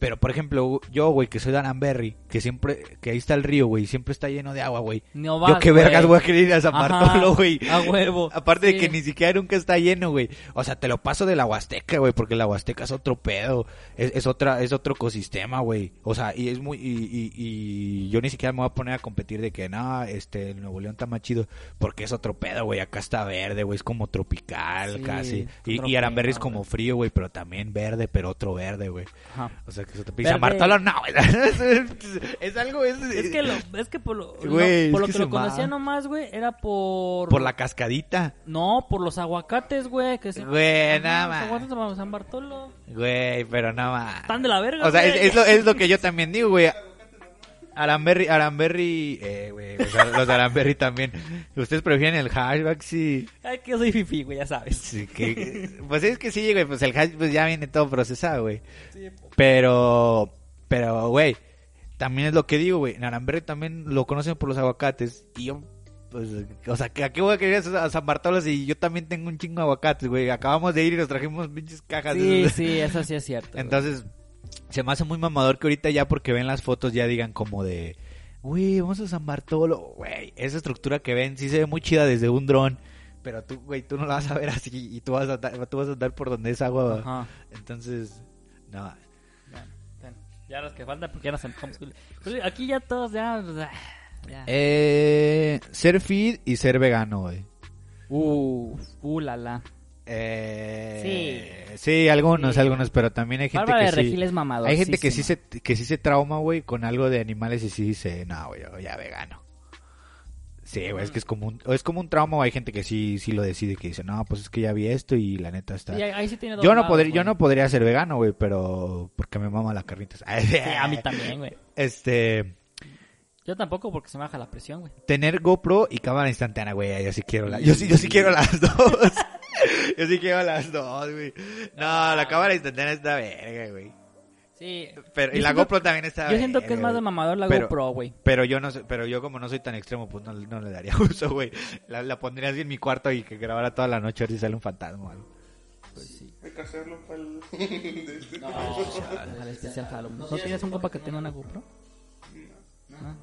Pero, por ejemplo, yo, güey, que soy de Anamberry, que siempre, que ahí está el río, güey, siempre está lleno de agua, güey. No vas, Yo qué güey. vergas voy a querer ir a San Ajá, Bartolo, güey. A huevo. Aparte Sí. de que ni siquiera nunca está lleno, güey. O sea, te lo paso de la Huasteca, güey, porque la Huasteca es otro pedo. Es, es otra, es otro ecosistema, güey. O sea, y es muy, y, y- y yo ni siquiera me voy a poner a competir de que, no, este, el Nuevo León está más chido, porque es otro pedo, güey. Acá está verde, güey, es como tropical, Sí, casi. es otro Y, y Aramberri es pedo, como güey. frío, güey, pero también verde, pero otro verde, güey. Ajá. O sea, que eso te pide San Verde. Bartolo, no, güey. es, es- es algo, es, Es que, lo- es que por lo, Güey, no, por lo es que que, se lo conocía mama. nomás, güey, era por... por la cascadita. No, por los aguacates, güey. Que se... Güey, nada Ajá, los más. aguacates de San Bartolo. Güey, pero nada más. Están de la verga, O sea, es, güey. es lo, es lo que yo también digo, güey. Aramberry, Aramberry, eh, güey, o sea, los de Aramberry también. Ustedes prefieren el hashback, sí. Ay, que yo soy fifi, güey, ya sabes. sí, que- pues es que sí, güey, pues el hash pues ya viene todo procesado, güey. Sí, Pero, Pero, güey, también es lo que digo, güey. En Aramberry también lo conocen por los aguacates. Y yo, pues, o sea, ¿a qué voy a querer ir a San Bartolo si yo también tengo un chingo de aguacates, güey? Acabamos de ir y nos trajimos pinches cajas. Sí, sí, eso sí es cierto. güey. Entonces, se me hace muy mamador que ahorita ya porque ven las fotos ya digan como de, güey, vamos a San Bartolo, güey, esa estructura que ven sí se ve muy chida desde un dron, pero tú, güey, tú no la vas a ver así y tú vas a andar, tú vas a andar por donde es agua. Ajá. Ah. Entonces, no, Bueno, ten. ya los que faltan porque ya no son homeschool. Pero Aquí ya todos ya. pues, ya. eh, ser fit y ser vegano, güey. Uh, uh, la la. Eh, sí. algunos, Sí. algunos, pero también hay gente Bárbara de que sí. Regil es mamador. Hay gente que sí se que sí se trauma, güey, con algo de animales y sí dice, no, güey, yo ya vegano. Sí, güey, es que es como un es como un trauma, güey, hay gente que sí sí lo decide que dice, "No, pues es que ya vi esto y la neta está." ahí sí tiene dos yo no lados, podría yo güey. no podría ser vegano, güey, pero porque me mama las carnitas. Sí, a Eh. mí también, güey. Este, Yo tampoco porque se me baja la presión, güey. tener GoPro y cámara instantánea, güey, yo sí quiero la, yo sí yo sí quiero las dos. yo sí quiero las dos, güey. No, Ah. la cámara instantánea está verga, güey. Sí. Pero, y Yo la siento- GoPro también está Yo siento que es verga, más de güey. mamador la Pero- GoPro, güey. Pero yo no sé, pero yo como no soy tan extremo, pues no, no le daría uso, güey. La, la pondría así en mi cuarto y que grabara toda la noche a ver si sale un fantasma o algo. Hay que hacerlo para el. de este- Al especial Halloween. ¿No tienes un compa que tenga una GoPro? No.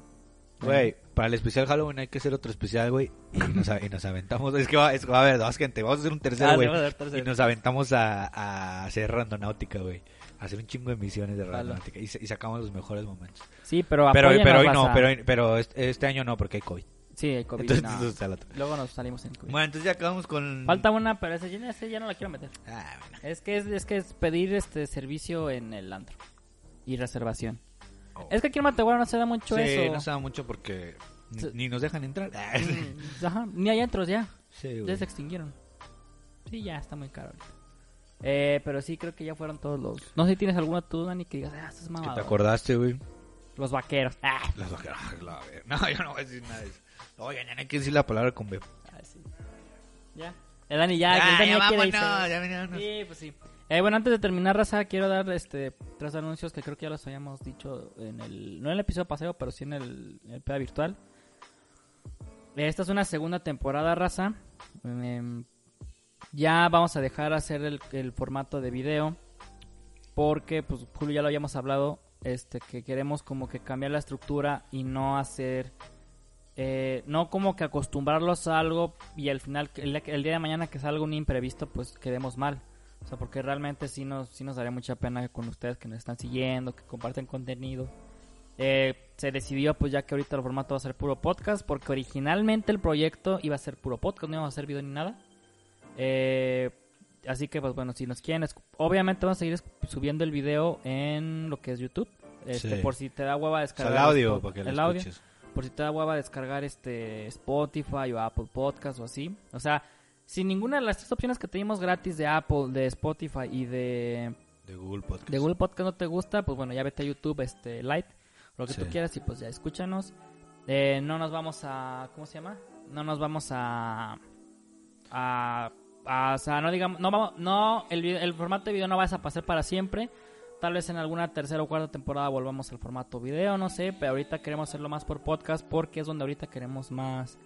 Güey, para el especial Halloween hay que hacer otro especial, güey. Y nos, a- y nos aventamos. Es que va, es que va a haber dos gente. Vamos a hacer un tercero, Ah, güey. sí, vamos a hacer tercero. y nos aventamos a, a hacer randonáutica, güey. A Hacer un chingo de misiones de randonáutica. Y, sa- y sacamos los mejores momentos. Sí, pero Pero, apóyennos, pero hoy no, raza. pero, hoy- pero este este año no, porque hay COVID. Sí, el COVID, Entonces, no. entonces, al otro. Luego nos salimos en COVID. Bueno, entonces ya acabamos con. Falta una, pero esa, ya- esa ya no la quiero meter. Ah, bueno. Es que es, es que es pedir este servicio en el antro. Y reservación. Oh. Es que aquí en Matehuala no se da mucho sí, eso. no se da mucho porque ni- Sí. ni nos dejan entrar. Mm, Ajá, ni hay antros ya. Sí, güey. Ya se extinguieron. Sí, ya está muy caro ahorita. Eh, pero sí, creo que ya fueron todos los. No sé si tienes alguna tú, Dani, que digas, ah, esto es ¿Qué te mamado. acordaste, güey? Los vaqueros. Ah, Las vaqueras, la ver- No, yo no voy a decir nada de eso. Oye, no hay que decir la palabra con B. Ah, ah, sí. Ya. Eh, Dani, ya, que el Dani ya ya quiere vámonos, irse, güey. ya vámonos. Sí, pues sí. Eh, bueno, antes de terminar, Raza, quiero dar este tres anuncios que creo que ya los habíamos dicho en el. No en el episodio pasado, pero sí en el, en el PEDA virtual. Eh, Esta es una segunda temporada, Raza. Em, ya vamos a dejar hacer el, el formato de video. Porque, pues, Julio, ya lo habíamos hablado. Este, que queremos como que cambiar la estructura y no hacer. eh, no como que acostumbrarlos a algo y al final, el, el día de mañana que salga un imprevisto, pues quedemos mal. O sea, porque realmente sí nos, sí nos daría mucha pena con ustedes que nos están siguiendo, que comparten contenido. Eh, se decidió, pues ya que ahorita el formato va a ser puro podcast, porque originalmente el proyecto iba a ser puro podcast, no iba a ser video ni nada. Eh, así que, pues bueno, si nos quieren, escu- obviamente vamos a seguir escu- subiendo el video en lo que es YouTube. Este, Sí. Por si te da hueva O sea, descargar. el audio, Spo- para que el lo audio. escuches. Por si te da hueva descargar este Spotify o Apple Podcast o así. O sea, sin ninguna de las tres opciones que teníamos gratis de Apple, de Spotify y de De Google Podcast. de Google Podcast no te gusta, pues bueno, ya vete a YouTube, este, Lite, lo que Sí. tú quieras y pues ya escúchanos. Eh, no nos vamos a, ¿cómo se llama? No nos vamos a, a, a- o sea, no digamos, no vamos, no, el, vi- el formato de video no va a desaparecer para siempre. Tal vez en alguna tercera o cuarta temporada volvamos al formato video, no sé, pero ahorita queremos hacerlo más por podcast porque es donde ahorita queremos más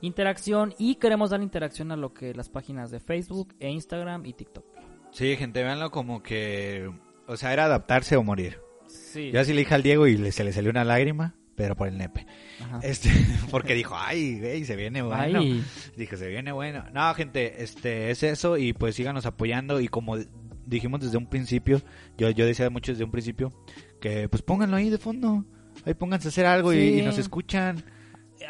interacción y queremos dar interacción a lo que las páginas de Facebook e Instagram y TikTok. Sí, gente, véanlo como que... O sea, era adaptarse o morir. Sí. Yo así le dije al Diego y le- se le salió una lágrima, pero por el nepe. Ajá. Este, porque dijo, ay, güey, se viene bueno. Ah. Ay. Dije, se viene bueno. No, gente, este es eso y pues síganos apoyando y como dijimos desde un principio, yo, yo decía mucho desde un principio, que pues pónganlo ahí de fondo. Ahí pónganse a hacer algo y- Sí. y, nos escuchan.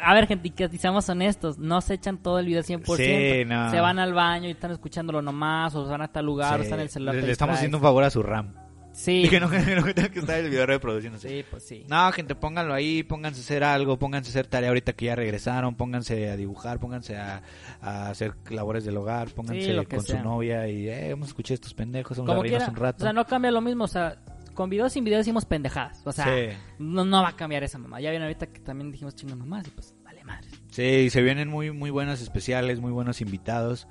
A ver, gente, y que seamos honestos, no se echan todo el video al 100%. Sí, no. Se van al baño y están escuchándolo nomás, o se van a tal lugar, o Sí, están en el celular. Le, te le estamos haciendo distraes. un favor a su RAM. Sí, Y que no, que no tenga que estar el video reproduciéndose. sí, pues sí. No, gente, pónganlo ahí, pónganse a hacer algo, pónganse a hacer tarea ahorita que ya regresaron, pónganse a dibujar, pónganse a, a hacer labores del hogar, pónganse lo que con sea. su novia y eh, vamos a escuchar a estos pendejos, vamos Como a reírnos quiera, un rato. o sea, no cambia lo mismo, o sea, con video o sin video decimos pendejadas, o sea, Sí. no, no va a cambiar esa mamá. Ya vieron ahorita que también dijimos chingo mamás y pues, vale madre. Sí, se vienen muy muy buenos especiales, muy buenos invitados.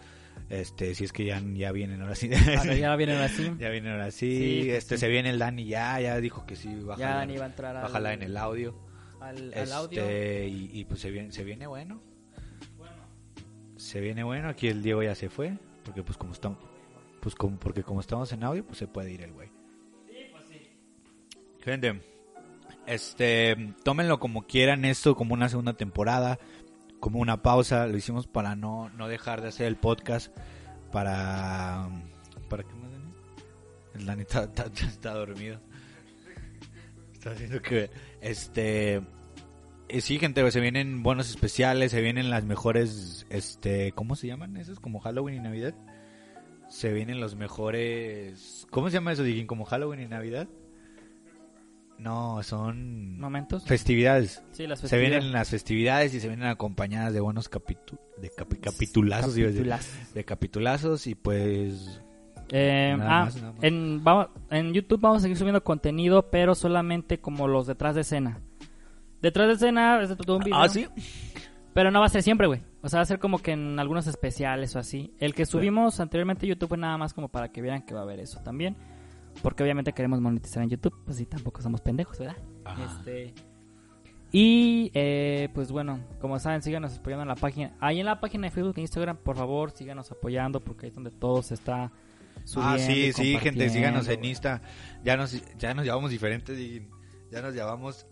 Este, si es que ya, ya vienen ahora sí. Ahora ya vienen así. Ya vienen ahora sí. Sí, pues este, sí. se viene el Dani ya, ya dijo que sí, bájala, Ya Dani va a entrar al, bájala en el audio. al, al este, audio. Y, y, pues se viene, se viene bueno. Se viene bueno, aquí el Diego ya se fue, porque pues como estamos, pues como, porque como estamos en audio, pues se puede ir el güey. Gente, este, tómenlo como quieran esto, como una segunda temporada, como una pausa, lo hicimos para no, no dejar de hacer el podcast, para... ¿Para qué más, Dani? El Dani está, está- está dormido. Está haciendo que... Este... eh, sí, gente, se vienen bonos especiales, se vienen las mejores, este, ¿cómo se llaman esos? Como Halloween y Navidad. Se vienen los mejores, ¿cómo se llama eso, Digin? Como Halloween y Navidad. No, son Momentos. festividades. sí, las Se festividades. vienen las festividades y se vienen acompañadas de buenos capitu- de capi- capitulazos, iba a decir. Capitulazos. de capitulazos y pues Eh, Nada ah, más, nada más. En, vamos- en YouTube vamos a seguir subiendo contenido, pero solamente como los detrás de escena. Detrás de escena es todo un video. ah sí Pero no va a ser siempre, güey. O sea, va a ser como que en algunos especiales o así. El que subimos anteriormente a YouTube fue nada más como para que vieran que va a haber eso también. Porque obviamente queremos monetizar en YouTube, pues sí, tampoco somos pendejos, ¿verdad? Ajá. Este, y eh, pues bueno, como saben, síganos apoyando en la página. Ahí en la página de Facebook e Instagram, por favor, síganos apoyando porque ahí es donde todo se está subiendo. ah sí y sí gente compartiendo, síganos en güey. Insta ya nos ya nos llamamos diferentes y ya nos llamamos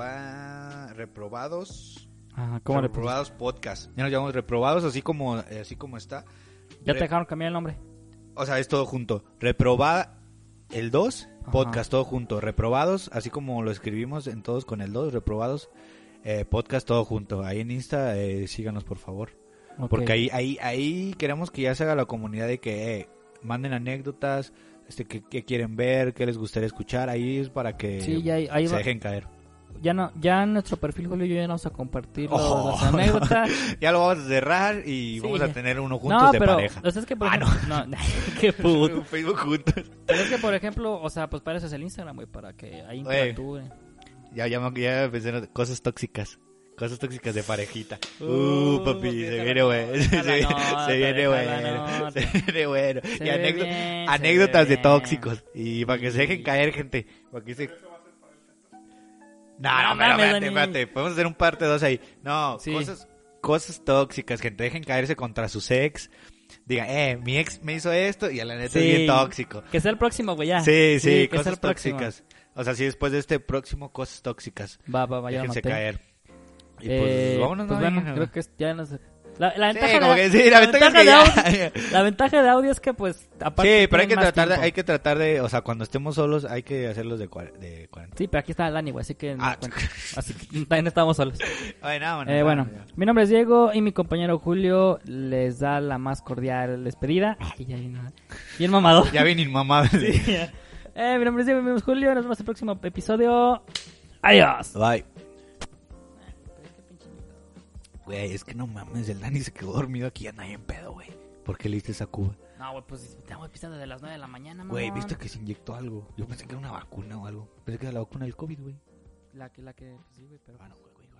reproba reprobados Ajá, ¿cómo le pusiste? reprobados podcast ya nos llamamos reprobados así como eh, así como está Ya Re- te dejaron cambiar el nombre. o sea es todo junto reprobada el 2 Ajá. podcast todo junto reprobados así como lo escribimos en todos con el 2 reprobados eh, podcast todo junto ahí en Insta eh, síganos por favor Ok. Porque ahí, ahí, ahí queremos que ya se haga la comunidad de que eh, manden anécdotas, este, que, quieren ver, qué les gustaría escuchar, ahí es para que Sí, ya ahí- ahí se va- dejen caer. Ya no, ya en nuestro perfil, Julio, y yo ya no vamos a compartir los- Oh, las anécdotas. Ya lo vamos a cerrar y Sí, vamos ya. a tener uno juntos de pareja. o sea, es que por Ah, ejemplo, no. qué puto. Un Facebook juntos. Pero es que por ejemplo, o sea, pues para eso es el Instagram, güey, para que ahí Güey. interactúen. Ya, ya, me- ya pensé en cosas tóxicas. Cosas tóxicas de parejita. Uh, Uh, papi, ok, se jala viene nota, bueno. Se, jala viene- nota, se viene jala bueno. nota. Se viene bueno. Se y ve anécdota- bien, se anécdotas ve de bien. tóxicos. Y para que se dejen caer, gente. Para que se... No, No no, pero mames, espérate, Dani. espérate. Podemos hacer un parte dos ahí. No, Sí. cosas, cosas tóxicas, gente. Dejen caerse contra sus ex. Digan, eh, mi ex me hizo esto y a la neta es bien tóxico. Que sea el próximo, güey, ya. Sí, Ah, que sí, sea el cosas próximo. tóxicas. O sea, sí, después de este próximo, cosas tóxicas. Va, va, va, ya lo Déjense noté. caer. Y pues, Eh, vámonos, pues ¿no? bueno, creo que es- ya no sé. La, la Sí, ventaja como de, que sí, la ventaja es que de ya- audio, la ventaja de audio es que pues aparte Sí, pero hay tienen que más tratar de, tiempo. hay que tratar de, o sea, cuando estemos solos hay que hacerlos de, cua- de 40. Sí, pero aquí está el Dani, güey, así que Ah. así que también estamos solos. Ay, no, no, Eh, no, bueno, ya. mi nombre es Diego y mi compañero Julio les da la más cordial despedida. Y ya vino. Y el mamador. Ah. Ya viene inmamable. Eh, mi nombre es Diego, mi nombre es Julio. Nos vemos en el próximo episodio. Adiós. Bye. Güey, es que no mames, el Dani se quedó dormido aquí, anda ahí en pedo, güey. ¿Por qué le diste esa cuba? No, güey, pues estamos pisando de las 9 de la mañana, mamón. Güey, ¿viste que se inyectó algo? Yo pensé que era una vacuna o algo. Pensé que era la vacuna del COVID, güey. La que, la que, pues sí, güey, pero. Ah, no, güey, güey.